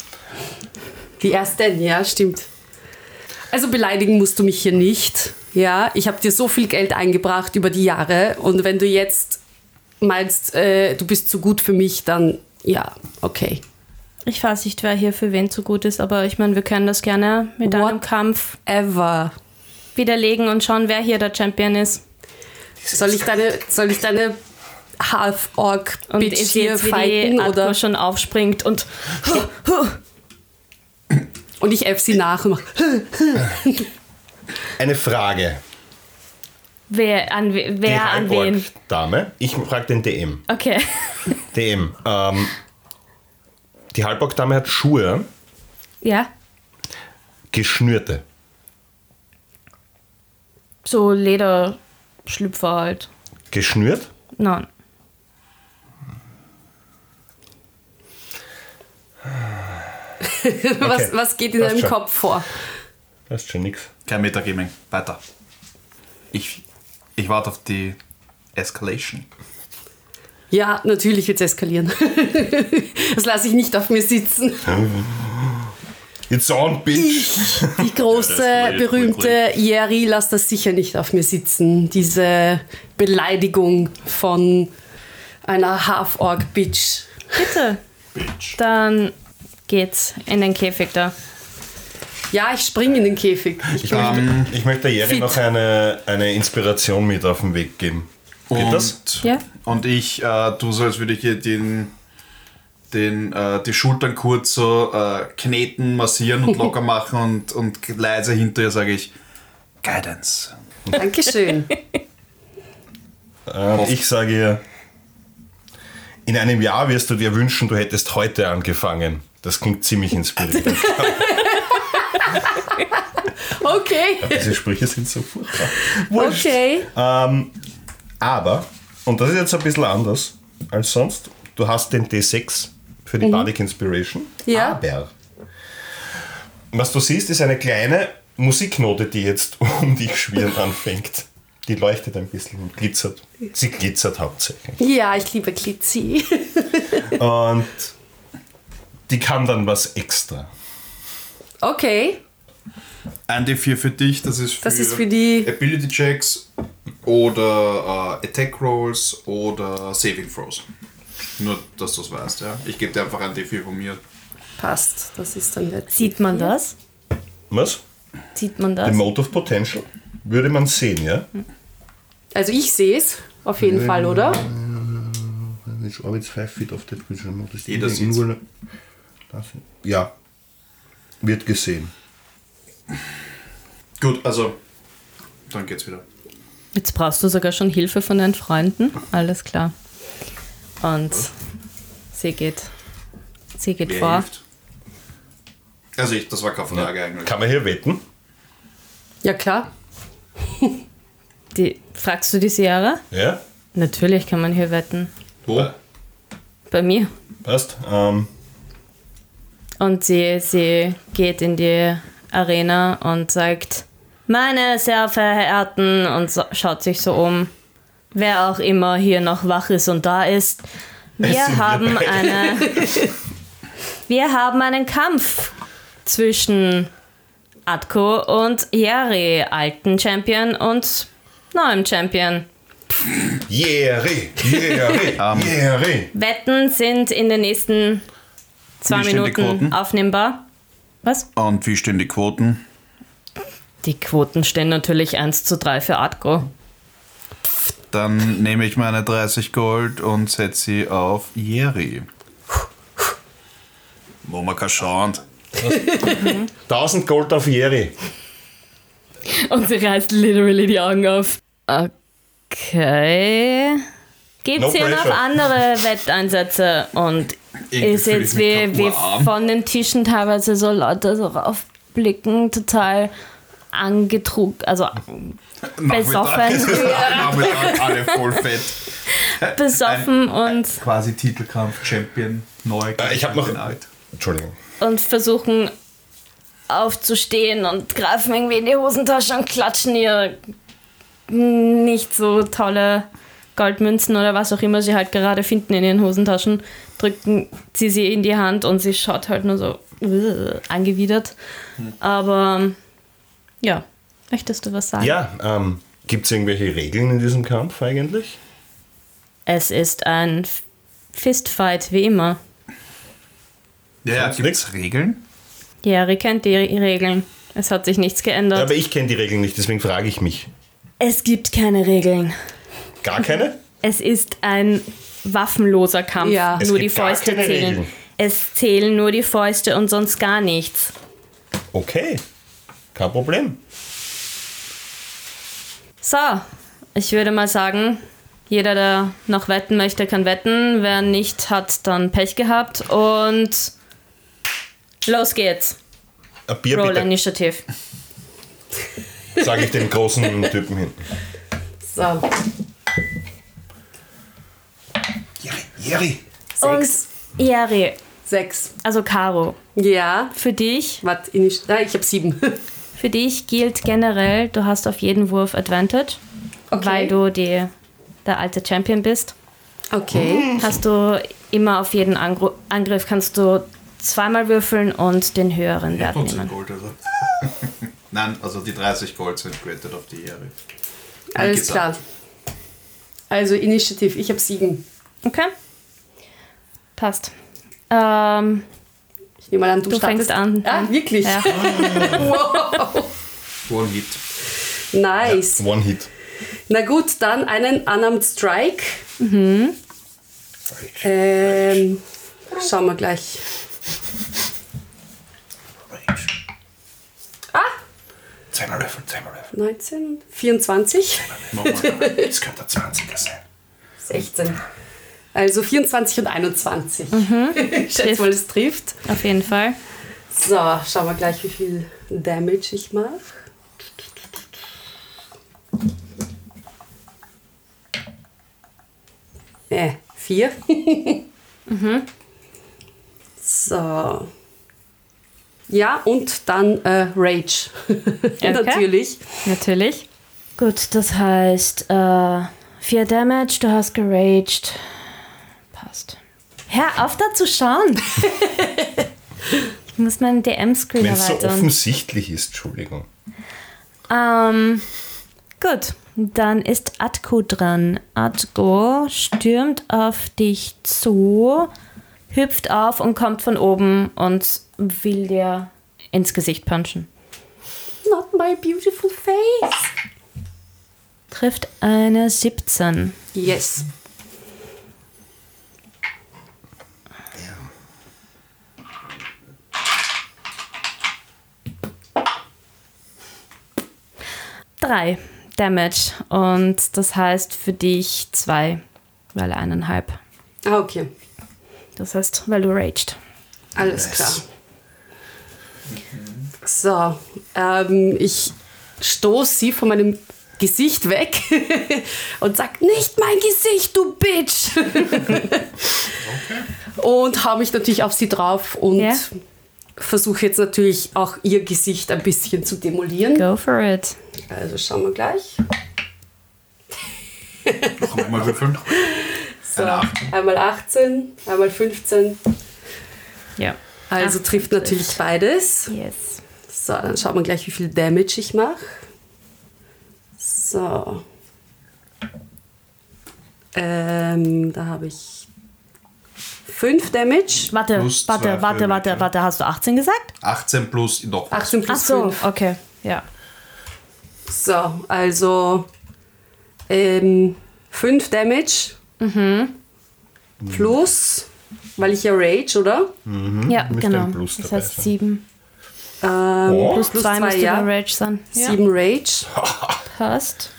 B: Die ersten, ja, stimmt. Also beleidigen musst du mich hier nicht. Ja, ich habe dir so viel Geld eingebracht über die Jahre und wenn du jetzt meinst, äh, du bist zu gut für mich, dann ja, okay.
A: Ich weiß nicht, wer hier für wen zu gut ist, aber ich meine, wir können das gerne mit
B: What?
A: einem Kampf
B: Ever.
A: widerlegen und schauen, wer hier der Champion ist.
B: Soll ich deine, soll ich deine Half-Orc
A: Und
B: Bitch
A: ich sehe
B: hier
A: jetzt, wie die
B: fighten
A: Atmo
B: oder?
A: schon aufspringt und
B: Und ich elf sie nach und mach.
C: Eine Frage.
A: wer an, we- wer an wen.
C: Dame. Ich frage den DM.
A: Okay.
C: DM. Ähm, die Halbbock-Dame hat Schuhe,
A: ja.
C: geschnürte.
A: So Lederschlüpfer halt.
C: Geschnürt?
A: Nein.
B: Was, was geht in
C: Passt
B: deinem
C: schon.
B: Kopf vor?
C: Weißt schon nix.
D: Kein Metagaming. Weiter. Ich, ich warte auf die Escalation.
B: Ja, natürlich wird es eskalieren. das lasse ich nicht auf mir sitzen.
C: It's on, bitch!
B: Die große,
D: Ja, das ist cool,
B: berühmte Yeri lasst das sicher nicht auf mir sitzen. Diese Beleidigung von einer Half-Orc-Bitch.
A: Bitte.
D: Bitch.
A: Dann geht's in den Käfig da.
B: Ja, ich spring in den Käfig.
C: Ich möchte, ich möchte der Jerry
B: Ähm, Fit.
C: noch eine, eine Inspiration mit auf den Weg geben. Geht das?
D: Und,
A: Ja.
D: und ich äh, tu so, als würde ich hier den, den, äh, die Schultern kurz so äh, kneten, massieren und locker machen und, und leise hinter ihr sage ich Guidance.
B: Dankeschön.
C: Ähm, ich sage ihr, in einem Jahr wirst du dir wünschen, du hättest heute angefangen. Das klingt ziemlich inspirierend.
B: Okay.
C: Diese Sprüche sind so furchtbar. Wurscht.
B: Okay.
C: Ähm, aber, und das ist jetzt ein bisschen anders als sonst, du hast den D6 für die Bardic Inspiration.
B: Ja.
C: Aber, was du siehst, ist eine kleine Musiknote, die jetzt um dich schwirren anfängt. Die leuchtet ein bisschen und glitzert. Sie glitzert hauptsächlich.
B: Ja, ich liebe Glitzi.
C: Und die kann dann was extra.
B: Okay.
D: Ein D4 für dich, das ist für,
B: Das ist für die-
D: Ability Checks oder äh, Attack Rolls oder Saving Throws. Nur, dass du es weißt, ja. Ich gebe dir einfach ein D4 von mir.
B: Passt. Das ist dann jetzt.
A: Sieht man das?
C: Was?
A: Sieht man
C: The
A: das?
C: Mode of Potential würde man sehen, ja?
B: Also ich sehe es auf jeden Fall, oder?
C: Which orbits 5 feet of that which remote is
D: Jeder
C: leaving
D: sieht's.
C: invulner- Das- Ja, wird gesehen.
D: Gut, also, dann geht's wieder.
A: Jetzt brauchst du sogar schon Hilfe von deinen Freunden. Alles klar. Und sie geht. Sie geht
D: Wer
A: vor.
D: hilft? Also, ich, das war keine Frage eigentlich.
C: Kann man hier wetten?
B: Ja, klar.
A: Die, fragst du die Sierra?
C: Ja,
A: Natürlich kann man hier wetten.
C: wo?
A: Bei mir.
C: Passt. Ähm,
A: Und sie, sie geht in die Arena und sagt, meine sehr verehrten, und so, schaut sich so um, wer auch immer hier noch wach ist und da ist, wir
C: sind wir
A: haben
C: beide.
A: eine, wir haben einen Kampf zwischen Atko und Yeri, alten Champion und neuem Champion.
C: Jerry, Jerry, Jerry.
A: Wetten sind in den nächsten zwei
D: Wie stehen die
A: Minuten
D: Quoten?
A: aufnehmbar. Was?
D: Und wie stehen die Quoten?
A: Die Quoten stehen natürlich 1 zu 3 für Artgo.
D: Dann nehme ich meine 30 Gold und setze sie auf Jerry. Momaka schauend.
C: 1000 Gold auf Jerry.
A: Und sie reißt literally die Augen auf. Okay. Gibt's
C: No
A: hier noch
C: pressure.
A: andere Wetteinsätze? Und
D: Irgendwie
A: ist
D: fühl
A: jetzt
D: ich
A: wie,
D: mich
A: wie
D: kaputt.
A: von den Tischen teilweise so Leute so raufblicken, total angetrug, also besoffen,
D: Nachmittag alle voll fett.
A: besoffen und,
D: Quasi Titelkampf, Champion, neu.
C: Äh, ich hab noch-
D: Champion, alt.
C: Entschuldigung.
A: und versuchen aufzustehen und greifen irgendwie in die Hosentasche und klatschen ihr nicht so tolle Goldmünzen oder was auch immer sie halt gerade finden in ihren Hosentaschen, drücken sie sie in die Hand und sie schaut halt nur so äh, angewidert.
C: Hm.
A: Aber ja, möchtest du was sagen?
C: Ja, ähm, gibt es irgendwelche Regeln in diesem Kampf eigentlich?
A: Es ist ein F- Fistfight wie immer.
D: Ja, ja
C: Sonst
D: gibt es Regeln?
A: Jerry kennt die Re- Regeln. Es hat sich nichts
C: Ja,
A: geändert.
C: aber ich kenne die Regeln nicht, deswegen frage ich mich.
A: es gibt keine Regeln.
C: Gar keine?
A: Es ist ein waffenloser Kampf.
B: Ja.
C: Es
A: nur die
C: gibt gar
A: Fäuste
C: keine
A: zählen.
C: Regeln.
A: Es zählen nur die Fäuste und sonst gar nichts.
C: Okay, kein Problem.
A: So, ich würde mal sagen, jeder, der noch wetten möchte, kann wetten. Wer nicht, hat dann Pech gehabt. Und los geht's.
C: Ein Bier
A: Roll
C: bitte,
A: Initiative.
C: sage ich dem großen Typen hinten.
B: So,
C: Jerry, Jerry.
B: sechs.
A: Und Jerry,
B: Sechs.
A: also Caro,
B: Ja.
A: für dich,
B: Warte, ich, nein, ich habe sieben.
A: für dich gilt generell, du hast auf jeden Wurf Advantage,
B: Okay.
A: weil du die, der alte Champion bist.
B: Okay.
A: Hast du immer auf jeden Angru Angriff kannst du zweimal würfeln und den höheren Wert nehmen.
D: Gold, also. Nein, also die 30 Gold sind graded auf die Jerry.
B: Alles klar. Also Initiative, ich habe sieben.
A: Okay. Passt. Ähm,
B: Ich nehme mal an, du,
A: du fängst
B: startest.
A: an.
B: Ah, wirklich?
A: Ja.
D: One Hit.
B: Nice.
C: One Hit.
B: Na gut, dann einen Unarmed Strike. Ähm, schauen wir gleich. Ah,
C: Zweimal Löffel, zweimal Löffel.
B: 19, 24,
C: Es könnte ein 20er sein.
B: 16. Also 24 und 21. ich schätze mal, es trifft.
A: Auf jeden Fall.
B: So, schauen wir gleich, wie viel Damage ich mache. Äh, vier. So. Ja, und dann äh, Rage. Natürlich.
A: Natürlich. Gut, das heißt, äh, 4 Damage, du hast geraged. Passt. Hör auf da zu schauen. ich muss meinen DM-Screen
C: Wenn es so
A: erweitern.
C: offensichtlich ist, Entschuldigung.
A: Ähm, Gut, dann ist Atko dran. Atko stürmt auf dich zu, hüpft auf und kommt von oben und will dir ins Gesicht punchen.
B: Not my beautiful face.
A: Trifft eine 17.
B: Yes.
A: Drei Damage und das heißt für dich zwei, weil eineinhalb.
B: Ah, okay.
A: Das heißt, weil du raged.
B: Alles klar. So, ähm, ich stoße sie von meinem Gesicht weg und sag nicht mein Gesicht, du Bitch! Und hau mich natürlich auf sie drauf und
A: Ja.
B: versuche jetzt natürlich auch ihr Gesicht ein bisschen zu demolieren.
A: Go for it.
B: Also schauen wir gleich.
D: Noch einmal würfeln.
B: So, einmal 18, einmal 15.
A: Ja.
B: Also
A: Ach,
B: trifft natürlich beides.
A: Yes.
B: So, dann schauen wir gleich, wie viel Damage ich mache. So. Ähm, da habe ich 5 Damage.
A: Warte,
D: Plus zwei
A: warte, warte,
D: für
A: warte,
D: Mädchen.
A: warte. Hast du 18 gesagt?
D: 18 plus noch was.
B: 18
A: Ach
B: plus
A: so,
B: 5.
A: okay. Ja.
B: So, also ähm, 5 Damage.
A: Mhm.
B: Plus, weil ich ja Rage, oder?
A: Ja,
C: Mit
A: genau.
C: dem Hm, Plus
A: Das
C: dabei
A: heißt
C: sein.
A: sieben.
B: Ähm,
C: Oh.
A: Plus,
B: Plus
A: zwei
B: zwei,
A: müsste
B: ja.
A: dann Rage sein. Ja.
B: 7 Rage.
A: Passt.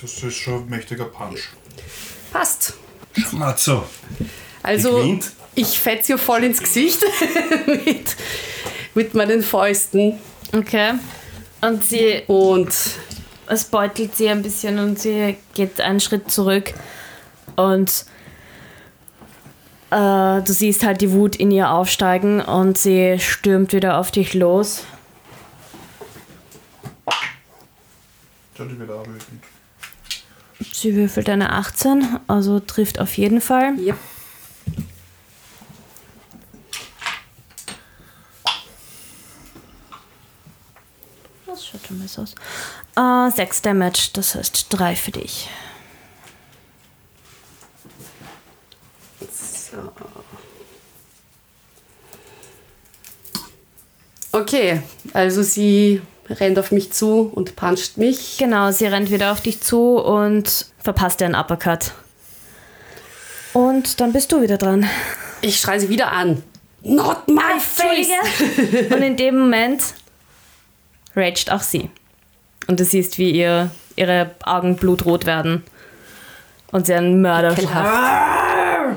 D: Das ist schon ein mächtiger Punch.
B: Passt.
C: Matzo.
B: Also,
C: Gequint?
B: ich fetz ihr voll ins Gesicht mit, mit meinen Fäusten.
A: Okay. Und sie,
B: Und
A: es beutelt sie ein bisschen und sie geht einen Schritt zurück. Und äh, du siehst halt die Wut in ihr aufsteigen und sie stürmt wieder auf dich los.
D: Sollte wieder arbeiten.
A: Sie würfelt eine 18, also trifft auf jeden Fall.
B: ja.
A: Das schaut schon besser aus. Äh, 6 Damage, das heißt 3 für dich.
B: So. Okay, also sie rennt auf mich zu und puncht mich.
A: Genau, sie rennt wieder auf dich zu und verpasst dir einen Uppercut. Und dann bist du wieder dran.
B: Ich schreie sie wieder an. Not my face!
A: Entschuldige. Und in dem Moment raged auch sie. Und du siehst, wie ihr, ihre Augen blutrot werden. Und sie einen Mörder
B: Ekelhaft.
A: Ah.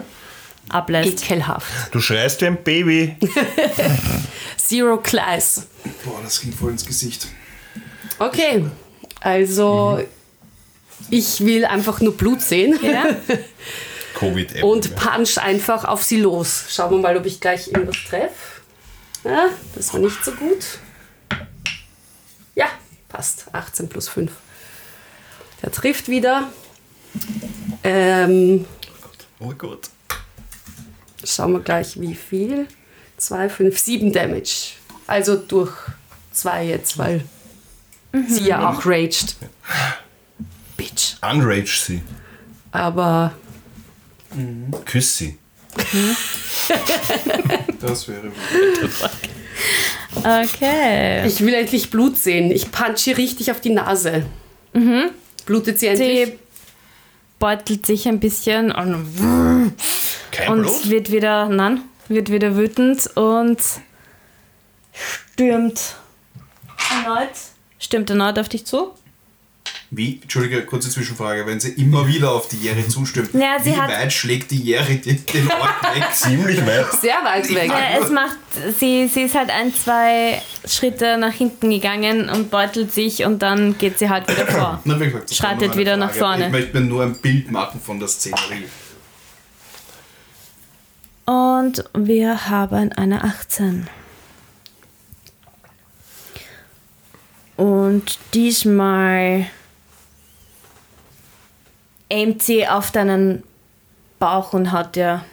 A: ablässt.
B: Ekelhaft.
C: Du schreist wie ein Baby.
B: Zero class.
D: Boah, das ging voll ins Gesicht.
B: Okay, also ich will einfach nur Blut sehen.
A: Ja?
C: covid
B: Und punch einfach auf sie los. Schauen wir mal, ob ich gleich irgendwas treffe. Ja, das war nicht so gut. Ja, passt. 18 plus 5. Der trifft wieder. Ähm,
C: Oh Gott.
B: schauen wir gleich, wie viel. 2, 5, 7 Damage. Also durch 2 jetzt, weil sie ja auch raged. Bitch.
C: Unrage sie.
B: Aber
C: Küss sie.
D: Das wäre
A: Okay.
B: ich will endlich Blut sehen. Ich punche richtig auf die Nase. Blutet sie endlich?
A: Sie beutelt sich ein bisschen und,
C: Kein
A: und
C: Blut?
A: wird wieder, nein, wird wieder wütend und stürmt erneut, stürmt erneut auf dich zu.
D: Wie, Entschuldige, kurze Zwischenfrage, wenn sie immer wieder auf die Jerry zustimmt,
A: Ja, sie
D: wie
A: hat-
D: weit schlägt die Jerry den, den Ort weg?
C: Ziemlich weit.
B: Sehr weit weg.
A: Ja, es macht, sie, sie ist halt ein, zwei Schritte nach hinten gegangen und beutelt sich und dann geht sie halt wieder vor.
D: Na, wie gesagt, das war
A: Schreitet
D: nur meine
A: wieder nach
D: Frage.
A: vorne.
D: Ich möchte mir nur ein Bild machen von der Szenerie.
A: Und wir haben eine 18. Und diesmal aimt sie auf deinen Bauch und hat ja,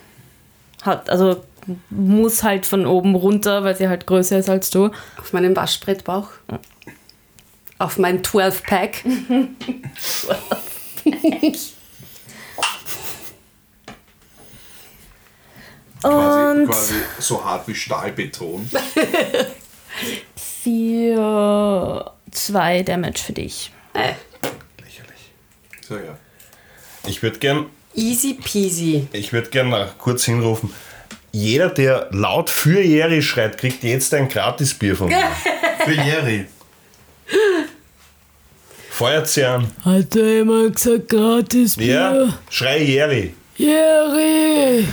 A: hat, also muss halt von oben runter, weil sie halt größer ist als du.
B: Auf meinem Waschbrettbauch. auf mein 12-Pack.
D: Quasi, quasi so hart wie Stahlbeton.
A: Vier, zwei Damage für dich.
B: Äh,
C: Lächerlich.
D: So, ja.
C: Ich würde gern
B: easy peasy.
C: Ich würde gerne kurz hinrufen. Jeder, der laut für Jerry schreit, kriegt jetzt ein Gratisbier von mir.
D: Für Jerry.
C: Feuert sie an.
F: Hat da jemand gesagt, gratis
C: Ja,
F: Bier?
C: schrei Jerry.
F: Jerry!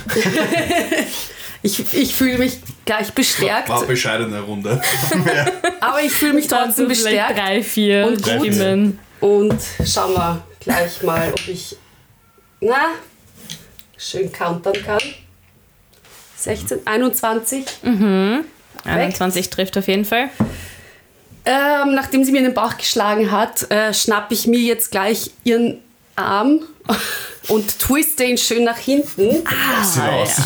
B: Ich, ich fühle mich gleich bestärkt,
D: War eine bescheidene Runde.
B: aber ich fühle mich
A: Also
B: trotzdem bestärkt.
F: Drei, vier
B: Und
C: gut.
F: Stimmen.
B: Und schauen wir gleich mal, ob ich na, schön countern kann. 16, 21.
A: 21 trifft auf jeden Fall.
B: Ähm, nachdem sie mir in den Bauch geschlagen hat, äh, schnapp ich mir jetzt gleich ihren Arm und twiste ihn schön nach hinten
C: Sieht aus.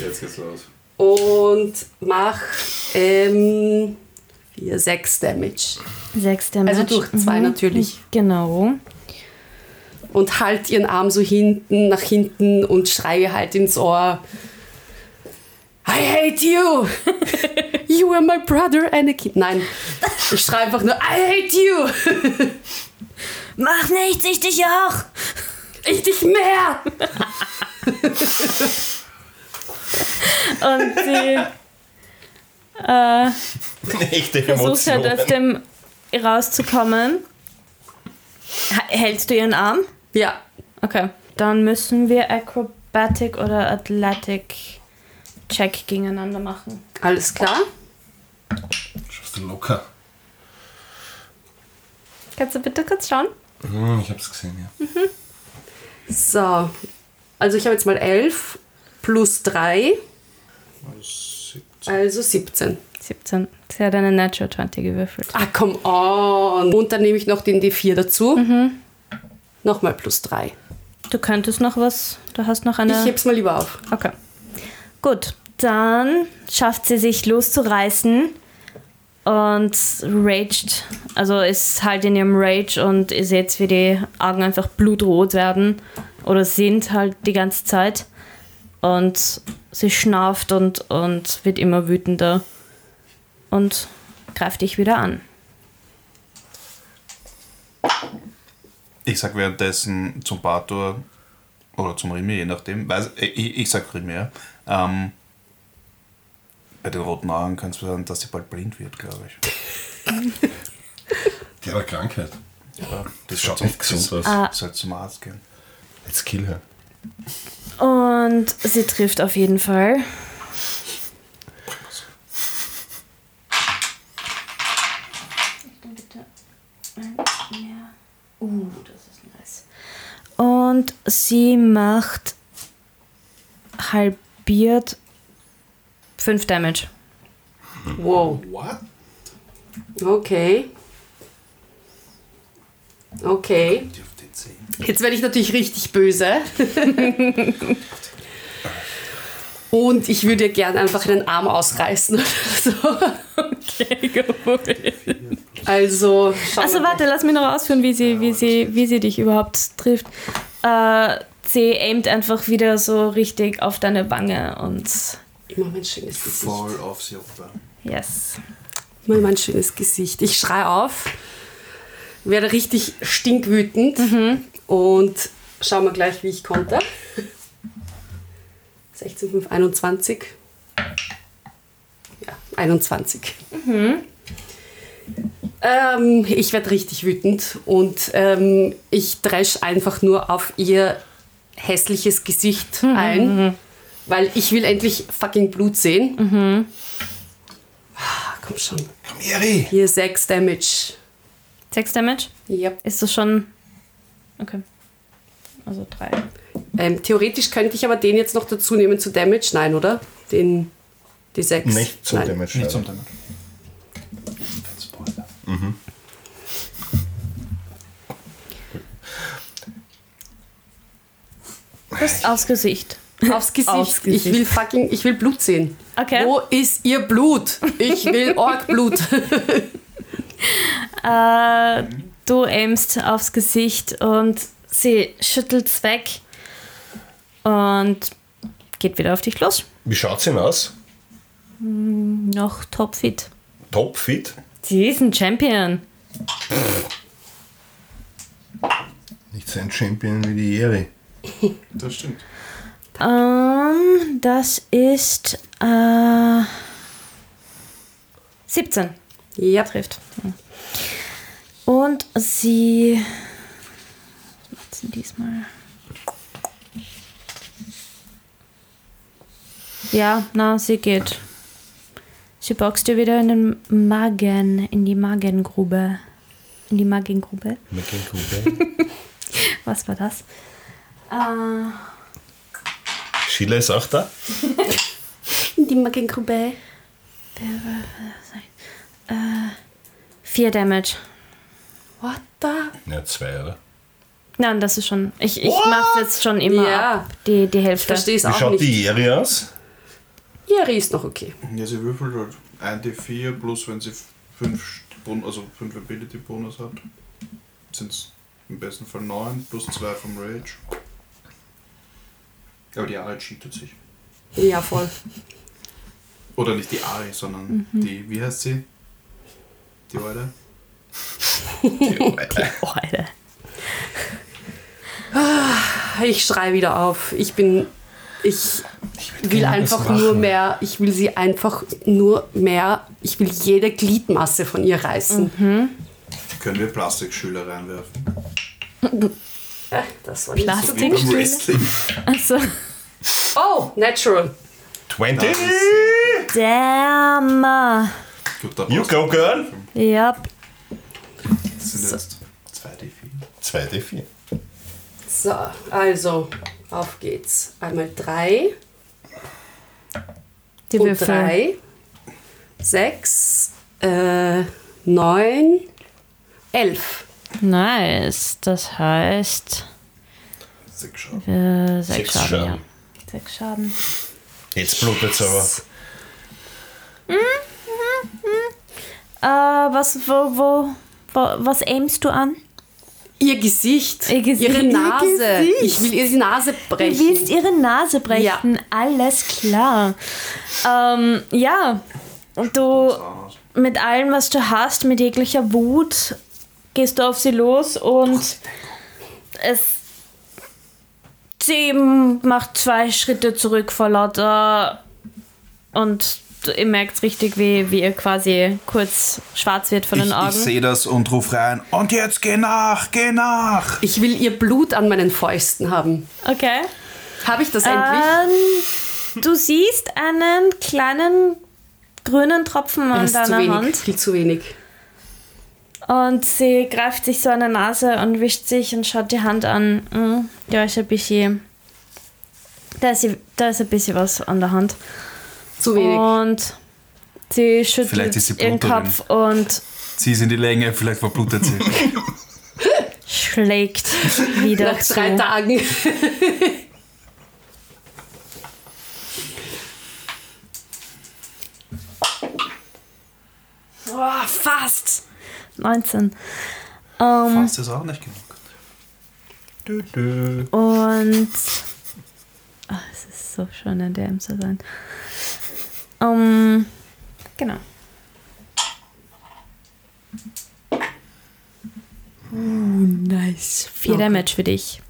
D: Jetzt geht's los.
B: und mach ähm, 4, 6 Damage.
A: Sechs Damage. mhm.
B: Also durch zwei natürlich.
A: Genau.
B: Und halt ihren Arm so hinten, nach hinten und schreie halt ins Ohr. I hate you! You are my brother, Anakin. Nein, ich schreie einfach nur I hate you!
E: Mach nichts, ich dich auch.
B: Ich dich mehr!
A: Und sie äh,
C: Echte
A: versucht halt
C: Emotionen.
A: aus dem rauszukommen. Ha- Hältst du ihren Arm?
B: Ja,
A: Okay. Dann müssen wir Acrobatic oder Athletic Check gegeneinander machen.
B: alles klar.
C: Schaffst du locker.
A: Kannst du bitte kurz schauen?
C: Hm, ich hab's gesehen, ja.
B: So, also ich habe jetzt mal 11 plus 3, also 17.
A: 17. Sie hat eine Natural 20 gewürfelt.
B: Ah, come on. Und dann nehme ich noch den D4 dazu. Nochmal plus 3.
A: Du könntest noch was. Du hast noch
B: Ich
A: eine.
B: heb's mal lieber auf.
A: Okay. Gut. Dann schafft sie sich loszureißen und raged. Also ist halt in ihrem Rage und ihr seht, wie die Augen einfach blutrot werden oder sind halt die ganze Zeit. Und sie schnauft und, und wird immer wütender und greift dich wieder an.
D: Ich sag währenddessen zum Bator oder zum Rimi, je nachdem. Weiß, ich, ich sag Rimi, ja. Ähm, bei den roten Augen kann es sein, dass sie bald blind wird, glaube ich.
C: Die hat eine Krankheit.
D: Ja,
C: Das schaut nicht gesund aus.
D: Soll zum Arzt gehen.
C: Let's kill her.
A: Und sie trifft auf jeden Fall. Uh, das ist nice. Und sie macht halbiert 5 Damage.
B: Wow.
D: What?
B: Okay. Okay.
D: Die auf den 10.
B: Jetzt werde ich natürlich richtig böse. Und ich würde ihr gern einfach den Arm ausreißen oder so. Also, schauen
A: Also
B: wir
A: warte, lass mich noch ausführen, wie sie, wie sie, wie sie dich überhaupt trifft. Äh, sie aimt einfach wieder so richtig auf deine Wange und
B: Immer mein schönes Gesicht.
D: Voll auf sie runter.
A: yes.
B: Immer mein schönes Gesicht. Ich schreie auf, werde richtig stinkwütend und schauen wir gleich, wie ich konnte. 16, 5, 21. Ja, 21. Ähm, ich werde richtig wütend und ähm, ich dresch einfach nur auf ihr hässliches Gesicht ein, weil ich will endlich fucking Blut sehen. Ah, komm schon.
C: Komm, Jerry!
B: Hier 6 Damage.
A: 6 Damage?
B: Yep.
A: Ist das schon. Okay. Also drei.
B: Ähm, theoretisch könnte ich aber den jetzt noch dazu nehmen zu Damage. Nein, oder? Den, die 6.
C: Nicht zum
B: Nein.
C: Damage.
D: Nicht
C: leider.
D: zum Damage. Kein Spoiler.
A: Das aufs Gesicht.
B: Aufs Gesicht.
A: Aufs Gesicht.
B: Ich will fucking, ich will Blut sehen.
A: Okay.
B: Wo ist ihr Blut? Ich will Orgblut.
A: Äh, du aimst aufs Gesicht und sie schüttelt's weg und geht wieder auf dich los.
C: Wie schaut's denn aus?
E: Noch topfit.
C: Topfit?
A: Sie ist ein Champion.
C: Nicht so ein Champion wie die Jerry.
D: Das stimmt.
A: Ähm, das ist äh, 17.
B: Ja,
A: trifft. Und sie. Was macht sie diesmal? Ja, na, sie geht. Sie boxt dir wieder in den Magen, in die Magengrube. In die Magengrube. Was war das? Äh,
C: Sheila ist auch da?
B: die Magengrube.
A: vier Damage.
B: What the?
C: Ja, zwei, oder?
A: Nein, das ist schon. Ich, ich mach's jetzt schon immer
B: Ja.
A: ab. Die, die Hälfte.
B: Verstehe es
C: Wie
B: auch
C: schaut
B: nicht.
C: die Jerry aus?
B: Jerry ist noch okay.
D: Ja, sie würfelt halt 1d4 plus, wenn sie 5 also fünf Ability Bonus hat, sind es im besten Fall 9 plus 2 vom Rage. Aber die Ari cheatet sich.
B: Ja, voll.
D: Oder nicht die Ari, sondern
A: Mhm.
D: die, wie heißt sie? Die Eule?
A: Oh, Alter.
B: Ich schreie wieder auf. Ich bin. Ich will einfach nur mehr. Ich will sie einfach nur mehr. Ich will jede Gliedmasse von ihr reißen.
A: Mhm.
D: Können wir Plastikschüler reinwerfen?
B: Äh, Das war nicht so
A: Plastik?
B: gut.
D: Wie beim
A: Stinkstühle?
D: Wrestling.
A: Also,
B: Oh, natural.
C: 20?
A: damn.
D: Gut, da
C: You
D: brauchst
C: go, girl!
A: Ja,
D: du- sind jetzt 2d4.
C: 2D4.
B: So, also, auf geht's. Einmal drei
A: die
B: und
A: Würfel.
B: drei. Sechs, äh, neun, elf.
A: Nice. Das heißt
D: Sechs Schaden.
A: äh, sechs,
C: Sechs
A: Schaden.
C: Schaden.
A: Ja. Sechs Schaden.
C: Jetzt blutet's aber.
A: Äh, was, wo, wo, wo, was aimst du an?
B: Ihr Gesicht,
A: Ihr Gesicht.
B: ihre
A: Ihr
B: Nase.
A: Gesicht.
B: Ich will ihr die Nase brechen.
A: Du willst ihre Nase brechen. Alles klar. Ähm, ja. Und du mit allem, was du hast, mit jeglicher Wut, gehst du auf sie los und es. Sie macht zwei Schritte zurück vor lauter. Und ihr merkt richtig, wie, wie ihr quasi kurz schwarz wird von den
D: Ich, ich
A: Augen.
D: sehe das und rufe rein. Und jetzt geh nach, geh nach!
B: Ich will ihr Blut an meinen Fäusten haben.
A: okay.
B: Habe ich das
A: Ah,
B: endlich?
A: Ähm, du siehst einen kleinen grünen Tropfen an
B: Das ist zu wenig,
A: deiner Hand.
B: viel zu wenig.
A: Und sie greift sich so an der Nase und wischt sich und schaut die Hand an. Mhm, da ist ein bisschen. Da ist, da ist ein bisschen was an der Hand.
B: Zu wenig.
A: Und sie schüttelt
D: Vielleicht ist sie
A: ihren
D: Bluterin.
A: Kopf und
D: Zieh sie in die Länge, vielleicht verblutet sie.
A: schlägt wieder
B: Nach
A: zu.
B: drei Tagen.
A: Oh, fast! 19. Ähm,
D: Fast ist auch nicht genug.
A: Und. Ah, es ist so schön, in der DM zu sein. Ähm, genau.
B: Nice.
A: Vier Damage für dich.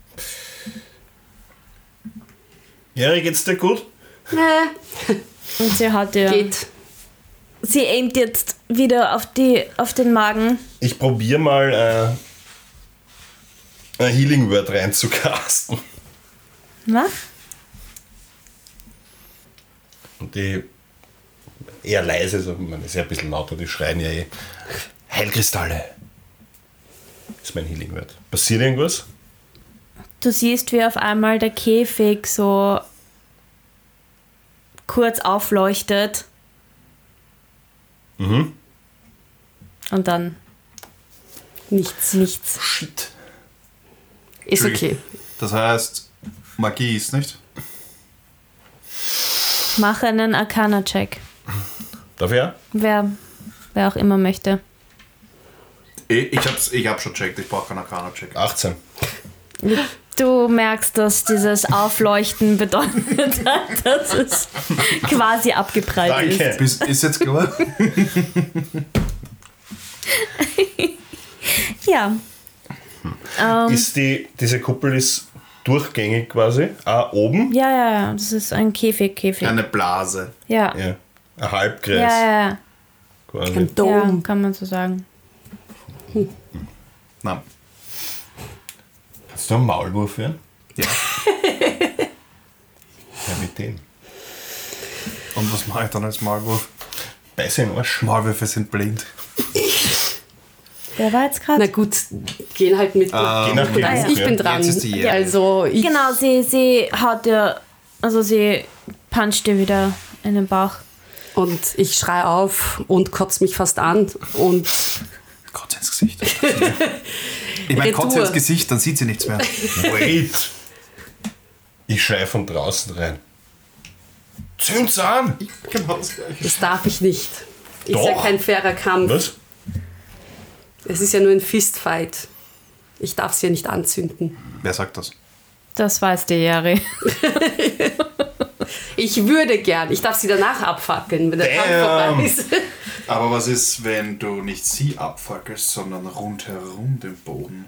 C: Jerry, geht's dir gut?
B: Nee,
A: Und sie hat dir.
B: geht.
A: Sie aimt jetzt wieder auf, die, auf den Magen.
C: Ich probiere mal äh, ein Healing Word reinzukasten.
A: Na?
C: Und die eher leise, so, man ist ja ein bisschen lauter, die schreien ja eh. Heilkristalle. Ist mein Healing Word. Passiert irgendwas?
A: Du siehst, wie auf einmal der Käfig so kurz aufleuchtet. Mhm. Und dann
B: Nichts.
A: nichts.
C: Shit.
B: Ist okay.
D: Das heißt, Magie ist nicht?
A: Mach einen Arcana-Check.
C: Darf ich auch?
A: Wer, wer auch immer möchte.
D: Ich, ich, hab's, ich hab schon checkt, ich brauche keinen Arcana-Check.
C: 18.
A: Du merkst, dass dieses Aufleuchten bedeutet hat, dass es quasi abgeprallt ist.
C: Danke.
D: Bis, ist jetzt klar?
A: Ja,
C: Ist die, diese Kuppel ist durchgängig quasi. Ah, oben?
A: ja, ja, ja. Das ist ein Käfig, Käfig.
D: Eine Blase.
A: Ja, ja,
C: Ja. Ein Halbkreis
A: ja, ja.
C: quasi.
B: Ein
A: ja
B: Dom.
A: kann man so sagen.
D: Nein.
C: Kannst du einen Maulwurf werden?
D: Ja.
C: Ja, mit dem.
D: Und was mache ich dann als Maulwurf?
C: Beiß in den Arsch.
D: Maulwürfe sind blind.
A: Wer war jetzt
B: Na
A: gerade?
B: gut, gehen halt mit.
C: Je nachdem.
A: Ah, ja.
B: ich bin dran.
D: Jetzt ist die Jährige.
B: also ich,
A: Genau, sie, sie haut dir, also sie puncht dir wieder in den Bauch.
B: Und ich schreie auf und kotze mich fast an. Und
D: Kotz ins Gesicht. ich meine, Kotz
B: Retour.
D: ins Gesicht, dann sieht sie nichts mehr.
C: Wait! Ich schreie von draußen rein. Zünd's an!
D: genau das Gleiche.
B: das darf ich nicht. Ist ja
C: Doch.
B: kein fairer Kampf.
C: Was?
B: Es ist ja nur ein Fistfight. Ich darf es ja nicht anzünden.
D: Wer sagt das?
A: Das weiß der Jari.
B: Ich würde gern. Ich darf sie danach abfackeln, wenn der Kampf vorbei ist.
D: Aber was ist, wenn du nicht sie abfackelst, sondern rundherum den Boden?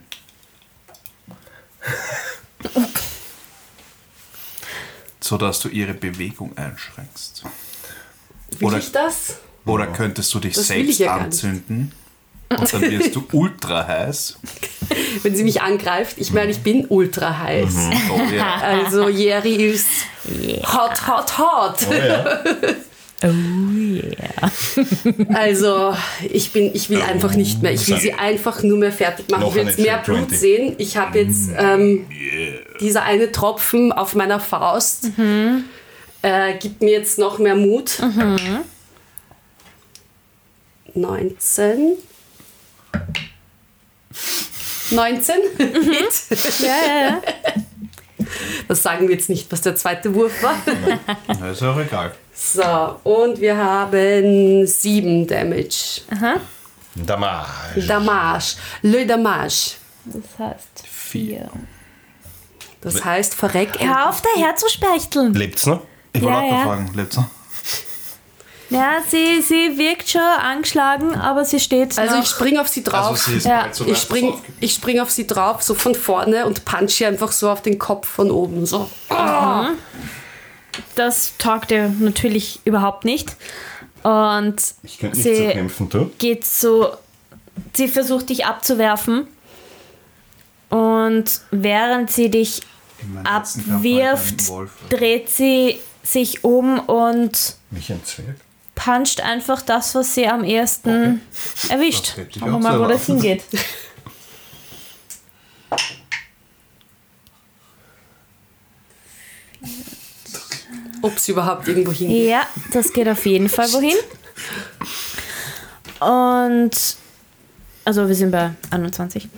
D: so dass du ihre Bewegung einschränkst.
B: Will
D: Oder-
B: ich das?
D: Oder könntest du dich
B: Das will ich
D: selbst
B: ja gar nicht.
D: anzünden und dann wirst du ultra heiß.
B: Wenn sie mich angreift, ich meine, ich bin ultra heiß.
D: Oh, ja.
B: Also Jerry ist hot, hot, hot.
C: Oh ja.
B: Also ich bin, ich will einfach nicht mehr. Ich will sie einfach nur mehr fertig machen.
C: Noch
B: Ich will
C: eine Mm,
B: jetzt mehr
C: Check
B: Blut
C: 20.
B: sehen. Ich habe jetzt ähm, dieser eine Tropfen auf meiner Faust.
A: Mhm.
B: Äh, gibt mir jetzt noch mehr Mut. 19. 19? Hit.
A: Mhm. Ja, ja, ja.
B: Das sagen wir jetzt nicht, was der zweite Wurf war.
D: Na, ist auch egal.
B: So, und wir haben 7 Damage.
C: Damage.
B: Damage. Le Damage.
E: Das heißt, vier.
B: Das heißt, verreck
A: Hör auf, daher zu spechteln.
C: Lebt's noch?
D: Ich
A: Ja,
D: wollte auch
A: ja.
D: noch fragen, lebt's noch?
A: Ja, sie, sie wirkt schon angeschlagen, aber sie steht
B: Also
A: noch.
B: ich springe auf sie drauf.
D: ist
A: Ja,
D: bald so
B: ich
D: weit, dass
B: springe
D: es aufgeht.
B: ich spring auf sie drauf, so von vorne und punch ihr einfach so auf den Kopf von oben. So.
A: das taugt ihr natürlich überhaupt nicht. Und
C: Ich könnte nicht zu
A: sie
C: kämpfen, du.
A: geht so, sie versucht dich abzuwerfen. Und während sie dich
D: In meinem letzten Kampf war ich ein
A: abwirft,
D: Wolf.
A: dreht sie sich um und
C: Mich ein Zwerg?
A: puncht einfach das, was sie am ersten erwischt.
D: Das hätte ich
A: Schauen wir
D: auch
A: mal,
D: so
A: wo das hingeht.
B: Ob sie überhaupt irgendwo hin.
A: Ja, das geht auf jeden Fall wohin. Und also wir sind bei 21.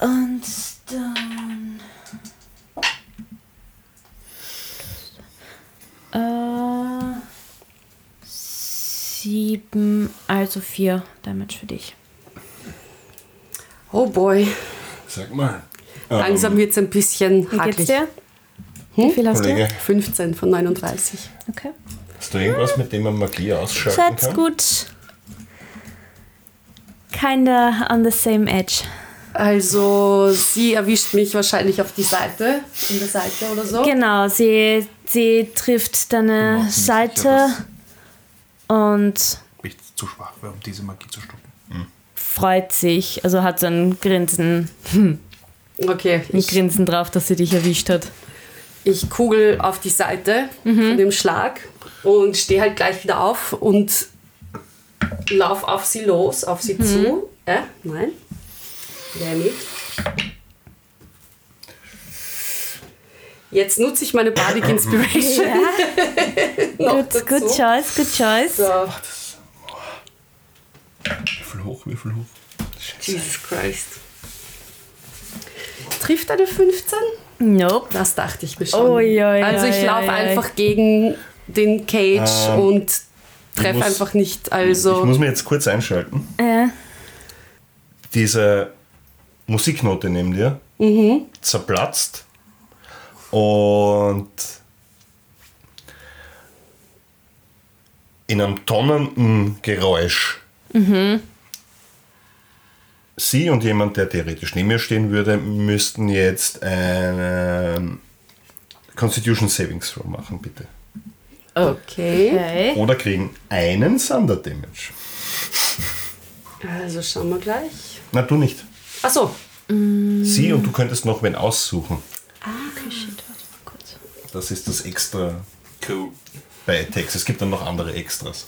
A: Und dann. Äh, sieben, also vier Damage für dich.
B: Oh boy.
C: Sag mal.
B: Langsam wird es ein bisschen
A: Wie geht's
B: hakelig.
A: dir? Wie viel hast
C: Kollege,
B: 15 von 39.
A: du? Okay.
C: hast du irgendwas, mit dem man Magie ausschalten
A: That's
C: kann?
A: gut. Kinda on the same edge.
B: Also sie erwischt mich wahrscheinlich auf die Seite, in der Seite oder so.
A: Genau, sie, sie trifft
D: Ich bin
A: deine
D: mir nicht sicher,
A: Seite und
D: dass Ich zu schwach wäre, um diese Magie zu stoppen.
A: freut sich, also hat so ein Grinsen,
B: Okay,
A: ein
B: ich,
A: Grinsen drauf, dass sie dich erwischt hat.
B: ich kugel auf die Seite von dem Schlag und stehe halt gleich wieder auf und lauf auf sie los, auf sie zu. Äh, nein. Wer nicht? Jetzt nutze ich meine Bardic Inspiration. noch
A: Good,
B: dazu.
A: good choice, good choice.
B: So,
C: Würfel hoch, Würfel hoch.
B: Jesus Christ. Trifft eine 15?
A: Nope.
B: Das dachte ich mir schon.
A: Oi, oi,
B: also ich
A: oi,
B: laufe
A: oi, oi.
B: einfach gegen den Cage
C: Ähm,
B: und
C: ich
B: treffe
C: muss-
B: einfach nicht.
C: Ich
B: Also
C: muss mir jetzt kurz einschalten.
A: Ja.
C: diese Musiknote neben dir zerplatzt und in einem donnernden Geräusch sie und jemand, der theoretisch neben mir stehen würde, müssten jetzt einen Constitution Savings Throw machen, bitte.
B: Okay.
A: Okay.
C: Oder kriegen einen Thunder Damage.
B: Also schauen wir gleich.
C: Na, du nicht.
B: Achso.
C: Sie und du könntest noch wen aussuchen. Das ist das extra
D: Cool.
C: bei Attacks. Es gibt dann noch andere Extras.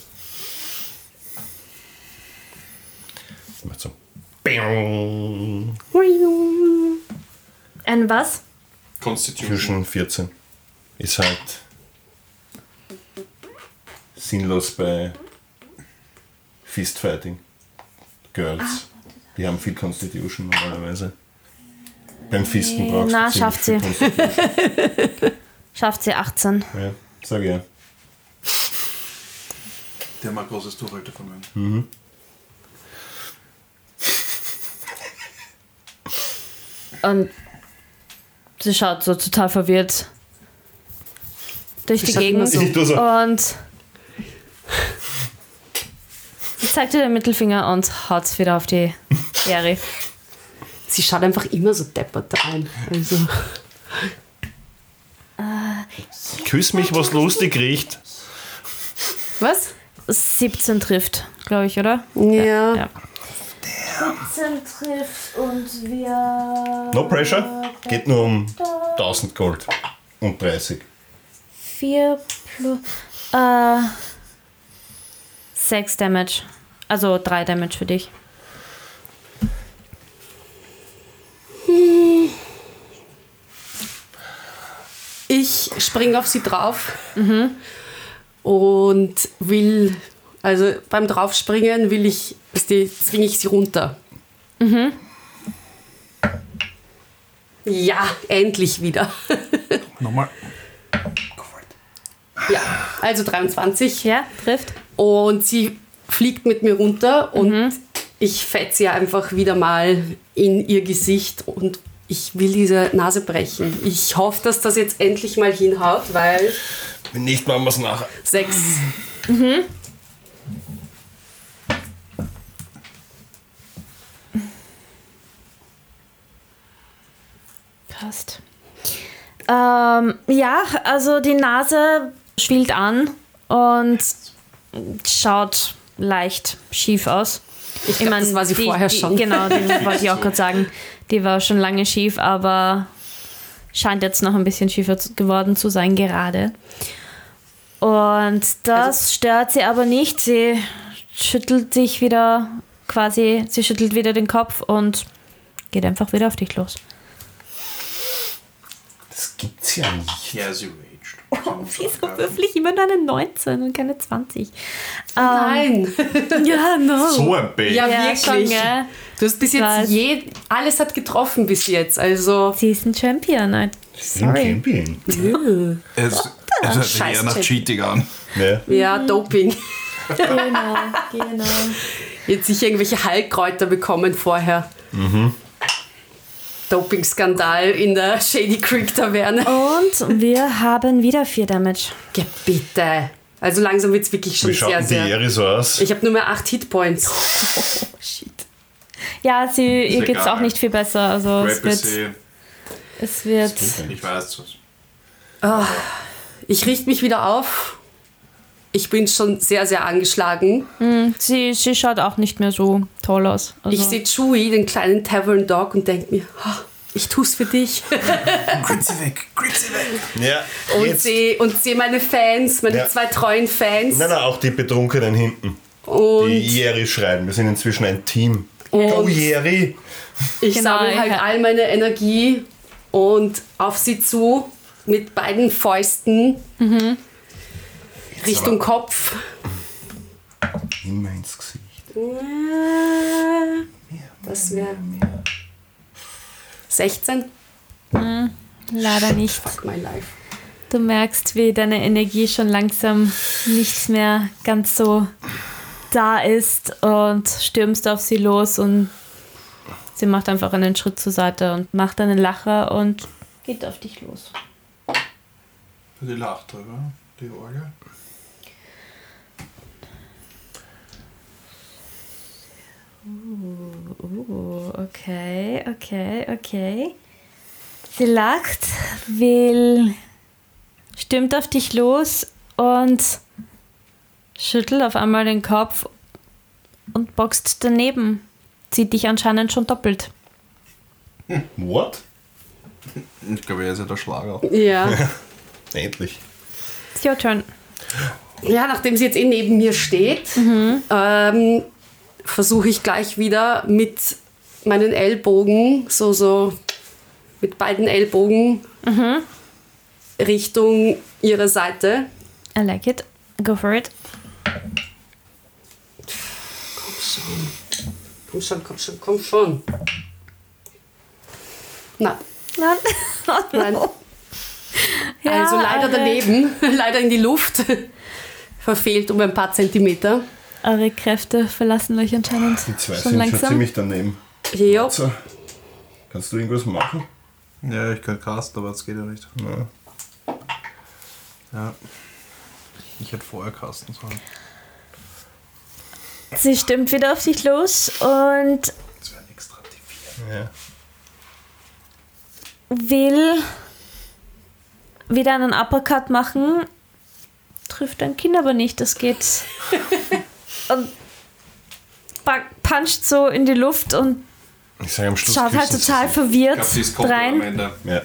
C: Ich mach so. Bing.
A: Ein was?
D: Constitution.
C: Fusion 14. Ist halt sinnlos bei Fistfighting. Girls.
A: Ah.
C: Die haben viel Constitution normalerweise. Beim Fisten
A: Nee,
C: brauchst
A: na,
C: du ziemlich
A: schafft
C: viel
A: sie.
C: Constitution.
A: Schafft sie 18.
C: Ja, sag ja.
D: Die haben ein großes Durchhaltevermögen.
A: Und sie schaut so total verwirrt durch die
B: schaut immer
A: Gegend.
C: so. Ich tu so.
A: Und sie zeigt ihr den Mittelfinger und haut's wieder auf die Jerry.
B: Sie schaut einfach immer so deppert rein. Also.
C: Küss mich, was lustig riecht.
B: Was?
A: 17 trifft, glaube ich, oder?
B: Ja.
A: Ja.
E: 17 trifft und wir
C: No pressure. Geht nur um 1000 Gold. Und 30.
A: 4 plus. Äh, 6 Damage. Also 3 Damage für dich.
B: Ich springe auf sie drauf und will, also beim Draufspringen will ich, weißt du, zwinge ich sie runter. Ja, endlich wieder.
D: Nochmal.
B: Ja, also 23.
A: Ja, trifft.
B: Und sie fliegt mit mir runter und
A: Mhm.
B: ich fetze ihr einfach wieder mal in ihr Gesicht und ich will diese Nase brechen. Ich hoffe, dass das jetzt endlich mal hinhaut, weil
C: Wenn nicht, machen wir es nachher.
B: sechs.
A: Passt. Ähm, ja, also die Nase schwillt an und schaut leicht schief aus. Ich,
B: glaub,
A: mein,
B: das war sie
A: die,
B: vorher
A: die,
B: schon.
A: Genau, den wollte ich auch gerade sagen. Die war schon lange schief, aber scheint jetzt noch ein bisschen schiefer zu- geworden zu sein gerade. Und das
B: Also
A: stört sie aber nicht. Sie schüttelt sich wieder quasi, sie schüttelt wieder den Kopf und geht einfach wieder auf dich los.
C: Das gibt's ja nicht.
D: Ja, sie raged.
A: Wieso würfel ich immer nur eine 19 und keine 20?
B: Nein!
A: Ja, no.
C: So ein Bait.
B: Ja,
A: Ja,
B: wirklich.
A: schon, gell?
B: Du hast bis jetzt
A: Was?
B: je, alles hat getroffen bis jetzt. Also
A: Sie ist ein Champion. I- Sorry.
C: Camping.
D: Es, es hört sich
B: Scheiß
D: eher nach
B: Check.
D: Cheating an.
C: Ja.
B: ja,
A: Mhm.
B: Doping.
A: Genau, genau.
B: Jetzt sicher irgendwelche Heilkräuter bekommen vorher. Doping-Skandal in der Shady Creek Taverne.
A: Und wir haben wieder 4 Damage.
B: Ja, bitte. Also langsam wird es wirklich schon
C: Wie schaut
B: sehr,
C: denn die
B: sehr.
C: Eri so aus?
B: Ich habe nur mehr 8 Hitpoints. Shit.
A: Ja, sie, ihr geht es
D: egal.
A: auch nicht viel besser. Also es
D: Rape ist
A: wird,
D: eh-
A: es wird.
D: Ich weiß was.
B: Ich richte mich wieder auf. Ich bin schon sehr, sehr
A: Mhm.
B: angeschlagen.
A: Sie, sie schaut auch nicht mehr so toll aus. Also,
B: Ich sehe Chewie, den kleinen Tavern Dog, und denke mir, "Ah, ich tu's für dich.
D: Gritzi weg, Gritzi weg.
C: Ja,
B: Und
C: jetzt.
B: sehe und seh meine Fans, meine
C: Ja.
B: zwei treuen Fans.
C: Nein, nein, auch die Betrunkenen hinten.
B: und
C: Die Jerry schreien. Wir sind inzwischen ein Team.
B: Und-
C: Go Jerry!
B: ich
A: Genau,
B: sammle halt
A: ja.
B: all meine Energie und auf sie zu mit beiden Fäusten
A: Mhm.
B: Richtung Kopf.
C: Immer ins Gesicht.
B: Das wäre 16.
A: leider nicht.
B: Fuck my life.
A: Du merkst, wie deine Energie schon langsam nicht mehr ganz so da ist und stürmst auf sie los und Sie macht einfach einen Schritt zur Seite und macht einen Lacher und geht auf dich los.
D: Die lacht drüber, die Orgel.
A: Uh, okay, okay, okay. Sie lacht, will, stimmt auf dich los und schüttelt auf einmal den Kopf und boxt daneben. Zieht dich anscheinend schon doppelt.
C: What?
D: Ich glaube, er ist ja der Schlager.
B: Ja.
C: Endlich.
A: It's your turn.
B: ja, nachdem sie jetzt eh neben mir steht, ähm, versuche ich gleich wieder mit meinen Ellbogen, so, so, mit beiden Ellbogen Richtung ihre Seite.
A: I like it. Go for it.
B: Komm schon, komm schon, komm schon. Na,
A: Nein.
B: nein.
A: Ja,
B: also leider
A: äh,
B: daneben, leider in die Luft. Verfehlt um ein paar Zentimeter.
A: Eure Kräfte verlassen euch anscheinend
C: Die zwei
A: schon
C: sind schon
A: langsam.
C: ziemlich daneben.
B: Jo.
C: So. Kannst du irgendwas machen?
D: Ja, ich könnte casten, aber das geht ja nicht.
C: Ja.
D: Ja. Ich hätte vorher casten sollen.
A: Sie stimmt wieder auf dich los und
D: Das wäre ein extra T4.
C: Ja.
A: will wieder einen Uppercut machen, trifft dein Kind aber nicht, das geht. und pa- puncht so in die Luft und
C: Ich sage am Schluss.
A: schaut halt
C: küssen sie
A: total
C: sich.
A: verwirrt rein.
D: Ende.
C: Ja.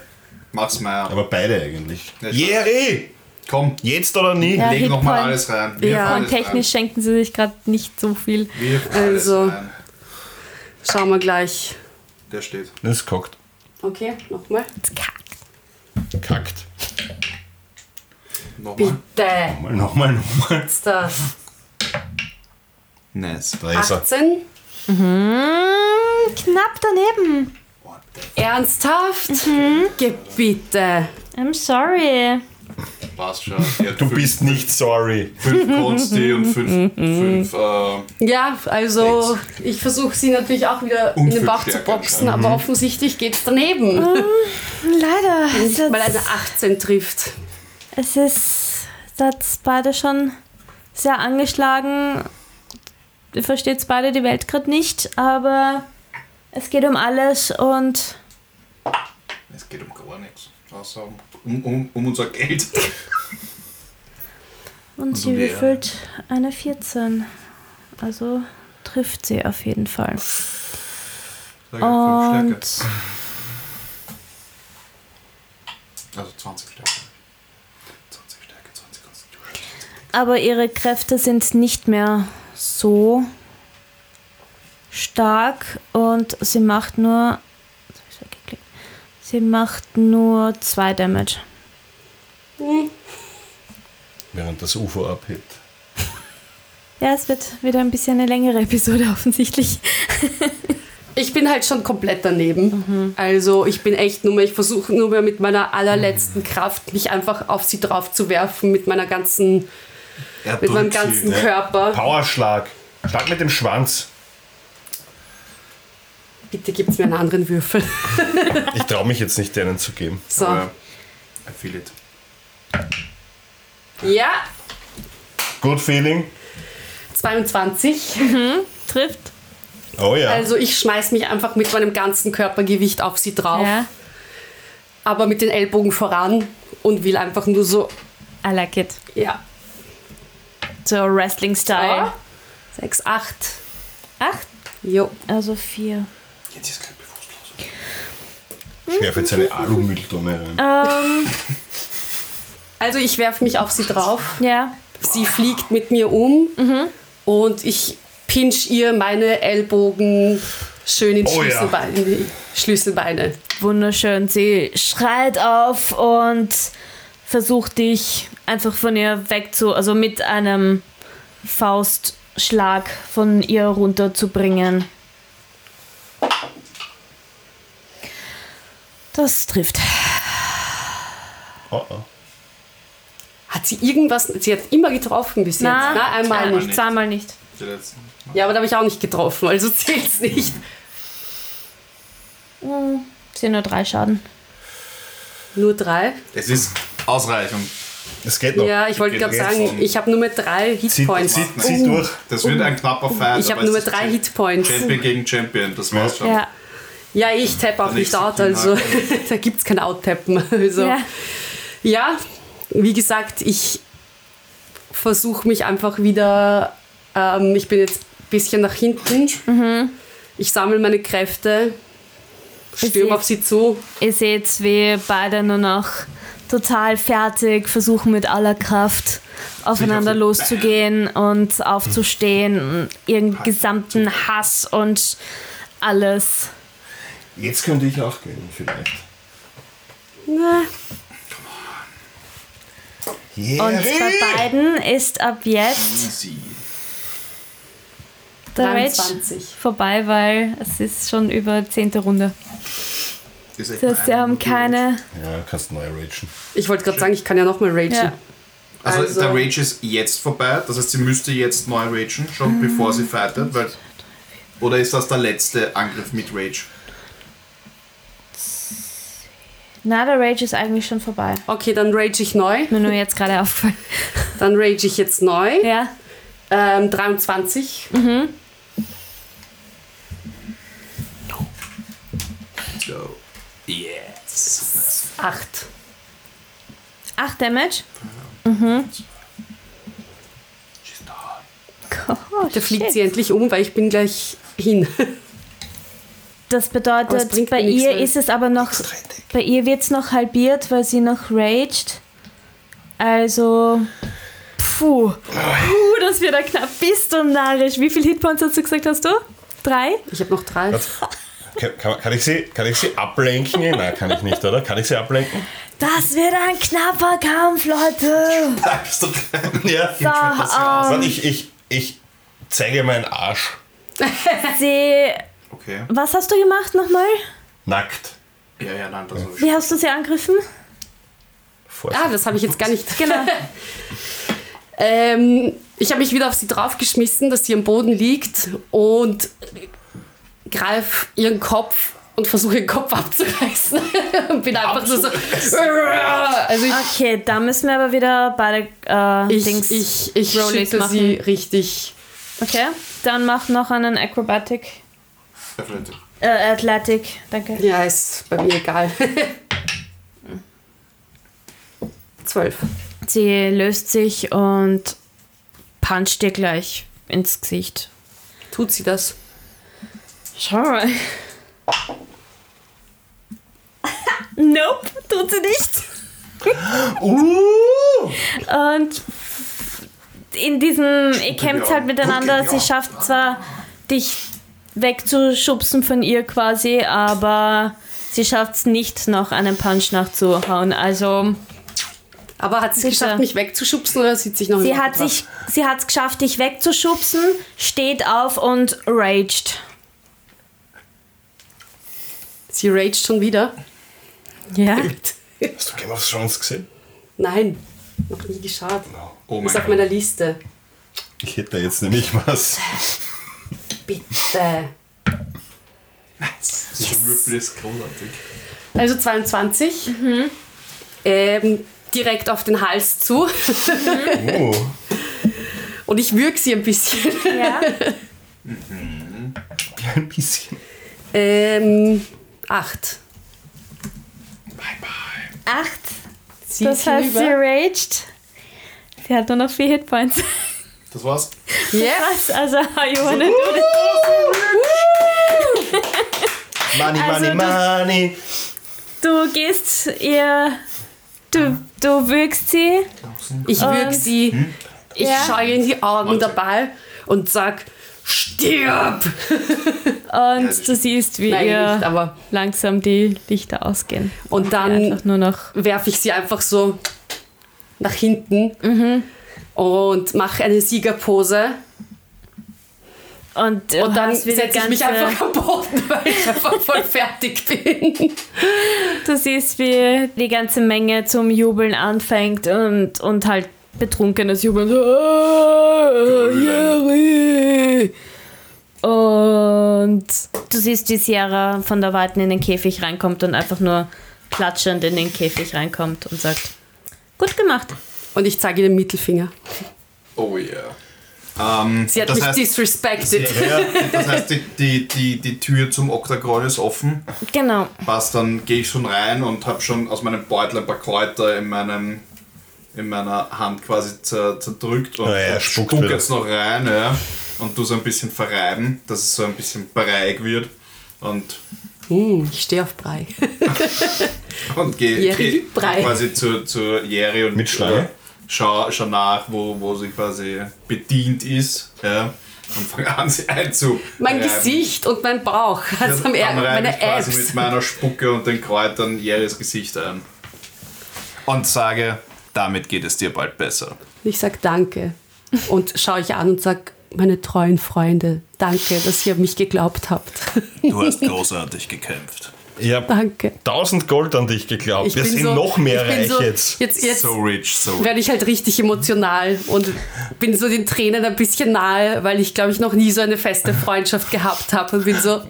D: Mach's mal.
C: Aber beide eigentlich.
D: Ja,
C: Jerry!
D: Komm,
C: Jetzt oder nie?
A: Ja.
D: leg
A: Hitpoint.
D: nochmal alles rein.
B: Ja.
D: fahren
A: Und
D: alles rein.
A: technisch schenken sie sich gerade nicht so viel.
D: Wir fahren alles
B: Also.
D: rein.
B: Schauen wir gleich.
D: Äh, Der steht.
C: Das kackt.
B: Okay, nochmal.
C: Kackt.
D: Nochmal.
B: Bitte.
C: Mal nochmal, nochmal.
B: Jetzt da.
D: Nice.
C: Da ist er.
B: 18.
A: Hm, knapp daneben.
B: Ernsthaft? Gebitte.
A: I'm sorry.
D: Passt schon. Ja,
C: Du bist nicht sorry.
D: 5 Konsti und 5
B: Mhm,
D: fünf, äh,
B: Ja, also ich versuche sie natürlich auch wieder in den Bauch zu
D: Unverstärker
B: boxen, aber offensichtlich geht's daneben,
A: Leider.
B: weil eine 18 trifft.
A: Es ist, seid beide schon sehr angeschlagen. Ihr versteht beide die Welt gerade nicht, aber es geht um alles und
D: Es geht um gar nichts. Außer um, um, um, um unser Geld.
A: und
D: um
A: sie
D: die
A: würfelt eine 14. Also trifft sie auf jeden Fall.
D: Fünf
A: Und
D: Stärke. Also 20 Stärke. 20 Stärke, 20 Konstitution.
A: aber ihre Kräfte sind nicht mehr so stark und sie macht nur sie macht nur zwei Damage.
C: Während das UFO abhebt.
A: Ja, es wird wieder ein bisschen eine längere Episode offensichtlich.
B: Ich bin halt schon komplett daneben. Also ich bin echt nur mehr, ich versuche nur mehr mit meiner allerletzten Kraft mich einfach auf sie drauf zu werfen, mit meiner ganzen,
D: Er
B: mit meinem
D: drückt sie.
B: ganzen Körper.
C: Powerschlag. Schlag mit dem Schwanz.
B: Bitte gibt's mir einen anderen Würfel.
C: Ich traue mich jetzt nicht, denen zu geben.
B: So.
D: Aber Affiliate.
B: Ja,
C: Good feeling.
B: 22.
A: Trifft.
C: Oh ja.
B: Also ich schmeiß mich einfach mit meinem ganzen Körpergewicht auf sie drauf,
A: Ja.
B: aber mit den Ellbogen voran und will einfach nur so,
A: I like it.
B: ja,
A: So Wrestling-Style.
B: 6, 8.
A: Acht,
B: Jo.
A: also vier.
D: Jetzt ist gleich bewusstlos.
C: ich werfe jetzt eine Alumülltonne rein.
B: Ah.
A: Ähm,
B: Also ich werfe mich auf sie drauf.
A: ja.
B: Sie fliegt mit mir um und ich pinch ihr meine Ellbogen schön in die
C: Oh ja.
B: Schlüsselbeine. in die Schlüsselbeine.
A: Wunderschön. Sie schreit auf und versucht dich einfach von ihr wegzu, also mit einem Faustschlag von ihr runterzubringen. Das trifft.
C: Oh, oh.
B: Hat sie irgendwas? Sie hat immer getroffen bis jetzt.
A: Na,
B: Na einmal
A: Nein,
B: nicht.
A: Zweimal nicht.
D: Die letzten.
B: Ja, aber da habe ich auch nicht getroffen, also zählt's nicht. Hm,
A: Sind nur drei Schaden.
B: Nur drei?
D: Es ist Ausreichung.
C: Es geht noch.
B: Ja, ich wollte
D: geht
B: gerade
C: jetzt
B: sagen,
C: schon.
B: ich habe nur mit drei
C: Zieh,
B: Hitpoints.
C: zieh, zieh durch.
D: Das wird ein knapper Fight.
B: Ich habe
D: aber
B: nur
D: es ist
B: mit drei
D: Champ-
B: Hitpoints.
D: Champion gegen Champion, das war's schon.
A: Ja.
B: Ja, ich tappe auch
D: Der
B: nicht
D: nächste
B: out,
D: Team
B: also
D: hat-
B: da gibt es kein Out-Tappen. Also,
A: ja.
B: ja. wie gesagt, ich versuche mich einfach wieder. Ähm, ich bin jetzt ein bisschen nach hinten.
A: Mhm.
B: Ich sammle meine Kräfte,
A: seht-
B: stürme auf sie zu.
A: Ihr seht, wie beide nur noch total fertig versuchen mit aller Kraft aufeinander
D: Sich auf die
A: loszugehen und aufzustehen und ihren gesamten Hass und alles.
C: Jetzt könnte ich auch gehen, vielleicht.
B: Na,
C: Yeah.
A: Und bei beiden ist ab jetzt
D: Easy.
A: der Rage
B: 23.
A: vorbei, weil es ist schon über zehnte Runde.
D: Ist echt
A: Das heißt, sie haben keine.
C: Ja, du kannst neu ragen.
B: Ich wollte gerade sagen, ich kann ja nochmal ragen.
A: Ja.
D: Also,
B: Also-
D: der Rage ist jetzt vorbei, das heißt, sie müsste jetzt neu ragen, schon
B: Mhm.
D: bevor sie fightet, weil. Oder ist das der letzte Angriff mit Rage?
A: Na, der Rage ist eigentlich schon vorbei.
B: Okay, dann rage ich neu.
A: Mir nur jetzt gerade aufgefallen.
B: Dann rage ich jetzt neu.
A: Ja.
B: Ähm, 23.
D: So. Yes.
B: 8.
A: 8 Damage. Mhm.
D: She's not.
A: Gott,
B: Da fliegt sie endlich um, weil ich bin gleich hin.
A: Das
B: Aber es
A: bedeutet,
B: bringt
A: bei
B: mir nichts,
A: ihr
B: weil-
A: ist es aber noch. Bei ihr wird es noch halbiert, weil sie noch raged. Also. Puh. Puh, das wird ein knapp. Bist du narrisch. Wie viele Hitpoints hast du gesagt, hast du? Drei?
B: Ich habe noch drei.
C: Kann, kann, kann, ich sie, kann ich sie ablenken? Nein, kann ich nicht, oder? Kann ich sie ablenken?
A: Das wird ein knapper Kampf, Leute. ähm,
D: Bleibst du dran?
C: Ja.
A: Da,
C: Warte, ich, ich, ich zeige meinen Arsch.
A: sie.
D: Okay.
A: Was hast du gemacht nochmal?
C: Nackt.
D: Ja, ja, nein, das hab ich.
A: Wie hast du sie angegriffen?
C: Vor
B: Ah, das habe ich jetzt gar nicht.
A: Genau.
B: Ähm, ich habe mich wieder auf sie draufgeschmissen, dass sie am Boden liegt und greife ihren Kopf und versuche ihren Kopf abzureißen. und bin einfach nur so. Also ich,
A: Okay, da müssen wir aber wieder beide äh, Dings.
B: ich, ich, ich
A: Rollies
B: schüttle
A: machen.
B: sie richtig.
A: Okay, dann mach noch einen Acrobatic.
D: Athletic.
A: Äh, Athletic, danke.
B: Ja, ist bei mir egal. Zwölf.
A: Sie löst sich und puncht dir gleich ins Gesicht.
B: Tut sie das?
A: Schau mal. nope, tut sie nicht.
C: Uh!
A: Und in diesem, ihr kämpft halt miteinander. Sie schafft zwar, dich wegzuschubsen von ihr quasi, aber sie schafft es nicht, noch einen Punch nachzuhauen. Also,
B: Aber hat sie es
A: Sicher.
B: geschafft, mich wegzuschubsen oder sieht sich noch
A: sie
B: im
A: hat
B: Auge?
A: sich, sie hat es geschafft, dich wegzuschubsen, steht auf und raged.
B: Sie raged schon wieder.
A: Ja.
C: Hast du Game of Thrones gesehen?
B: Nein, noch nie geschaut.
D: Oh mein
B: ist auf
D: Gott.
B: meiner Liste.
C: Ich hätte jetzt nämlich was.
B: Bitte.
D: Das Würfel ist großartig.
B: Also 22.
A: Mhm.
B: Ähm, direkt auf den Hals zu.
C: Uh.
B: Und ich würg sie ein bisschen.
A: ja.
C: Ja, ein bisschen.
B: Ähm, 8.
A: Acht.
B: Sie
A: Das
B: ist
A: heißt, sie
B: hinüber.
A: raged. Sie hat nur noch vier Hitpoints.
D: Das war's.
B: Yes.
A: Was? Also, Johanna, du
C: Money,
A: Also
C: money, money.
A: Du gehst ihr. Du, du wirkst sie.
B: Ich würg
A: Und-
B: sie. Ich
A: Ja.
B: schaue ihr in die Augen
D: Hm? Warte.
B: dabei und sag, stirb!
A: Und du siehst, wie
B: Nein,
A: ihr
B: nicht, aber.
A: langsam die Lichter ausgehen.
B: Und dann
A: Einfach nur noch.
B: werfe ich sie einfach so nach hinten
A: Mhm.
B: und mache eine Siegerpose.
A: Und, du
B: Und dann
A: hast wieder
B: setze ich mich
A: ganze-
B: einfach am Boden, weil ich einfach voll fertig bin.
A: Du siehst, wie die ganze Menge zum Jubeln anfängt und, und halt
B: Oh,
A: betrunkenes Jubeln.
G: Ah, Jerry.
A: Und
H: Du siehst, wie Sierra von der Weiten in den Käfig reinkommt und einfach nur klatschend in den Käfig reinkommt und sagt, gut gemacht.
B: Und ich zeige ihr den Mittelfinger.
D: Oh yeah. Ähm,
B: Sie hat
D: das
B: mich
D: heißt,
B: disrespected.
D: Ja, das heißt, die, die, die, die Tür zum Oktagon ist offen.
H: Genau.
D: Passt, dann gehe ich schon rein und habe schon aus meinem Beutel ein paar Kräuter in, meinem, in meiner Hand quasi zer, zerdrückt und,
C: Ah ja,
D: und
C: spuckt
D: spuck
C: wieder.
D: jetzt noch rein ja, und tu so ein bisschen verreiben, dass es so ein bisschen breiig wird. Und,
B: Hm, ich stehe auf Brei.
D: und gehe
B: Jerry
D: geh
B: liebt Brei.
D: quasi zu, zu Jerry und
C: Mit Schlange?
D: schau, schau nach, wo, wo sie quasi bedient ist ja, und fange an, sie einzureiben.
B: Mein Gesicht und mein Bauch. Also am
D: dann
B: Ärger,
D: reibe ich
B: meine
D: quasi
B: Apps.
D: mit meiner Spucke und den Kräutern Jerrys Gesicht ein. Und sage, damit geht es dir bald besser.
B: Ich sag Danke und schaue ich an und sag meine treuen Freunde, danke, dass ihr an mich geglaubt habt.
D: Du hast großartig gekämpft.
C: Ich habe
B: Danke.
C: 1000 Gold an dich geglaubt. Wir sind noch mehr
B: ich bin
C: reich
B: so,
C: jetzt.
B: Jetzt, jetzt
D: So rich, so rich.
B: werde ich halt richtig emotional und bin so den Tränen ein bisschen nahe, weil ich glaube ich noch nie so eine feste Freundschaft gehabt habe und bin so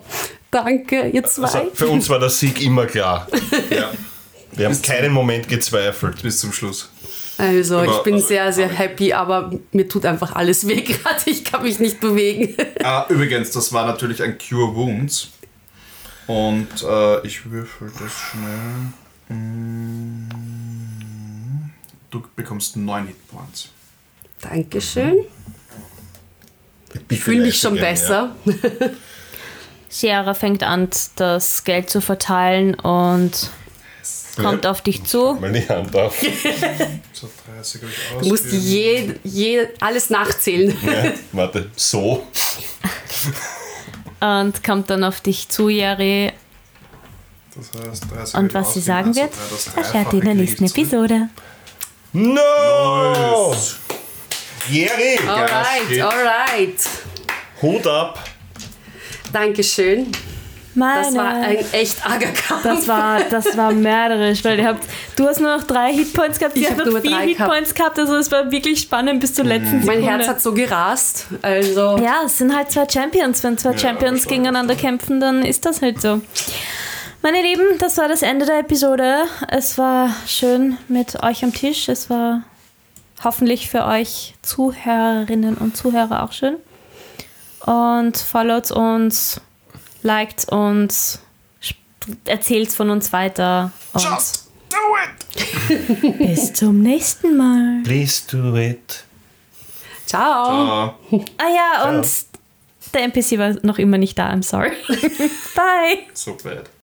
B: Danke, ihr zwei.
C: Also für uns war der Sieg immer klar.
D: Ja,
C: Wir haben keinen Moment gezweifelt.
D: bis zum Schluss.
B: Also, ich
D: Aber-
B: bin
D: aber-
B: sehr, sehr
D: aber-
B: happy, aber mir tut einfach alles weh gerade. Ich kann mich nicht bewegen.
D: Ah, übrigens, das war natürlich ein Cure Wounds. Und äh, ich würfel das schnell. Mm, Du bekommst 9 Hitpoints.
B: Dankeschön. Ich fühle mich schon besser.
A: Sierra fängt an, das Geld zu verteilen und kommt auf dich zu.
C: Mal die Hand auf.
D: So 30 habe
B: Du
D: ich
B: musst je, je, alles nachzählen.
C: Ja, warte, so.
A: Und kommt dann auf dich zu, Jerry.
D: Das heißt 30
A: Und was sie sagen
D: Also
A: wird, erfährt ihr in der nächsten
D: ne?
A: Episode.
D: Oh.
C: No! Jerry,
B: Ah. Alright,
D: shit.
B: alright.
C: Hut ab.
B: Dankeschön.
A: Meine.
B: Das war ein echt arger Kampf.
A: Das war, das war mörderisch, weil ihr habt, du hast nur noch drei Hitpoints gehabt,
B: Ich
A: sie
B: hab
A: hat
B: nur
A: noch vier
B: drei gehabt.
A: Hitpoints gehabt, also es war wirklich spannend bis zur letzten Sekunde.
B: mein Herz hat so gerast. Also,
A: ja, es sind halt zwei Champions. Wenn zwei Champions gegeneinander kämpfen, dann ist das halt so. Meine Lieben, das war das Ende der Episode. Es war schön mit euch am Tisch. Es war hoffentlich für euch Zuhörerinnen und Zuhörer auch schön. Und followt uns, liked uns, sp- erzählt von uns weiter. Und
D: Just do it!
A: bis zum nächsten Mal.
C: Please do it.
B: ciao.
D: Ah.
A: Ah ja, und der NPC war noch immer nicht da, I'm sorry. Bye.
D: So bad.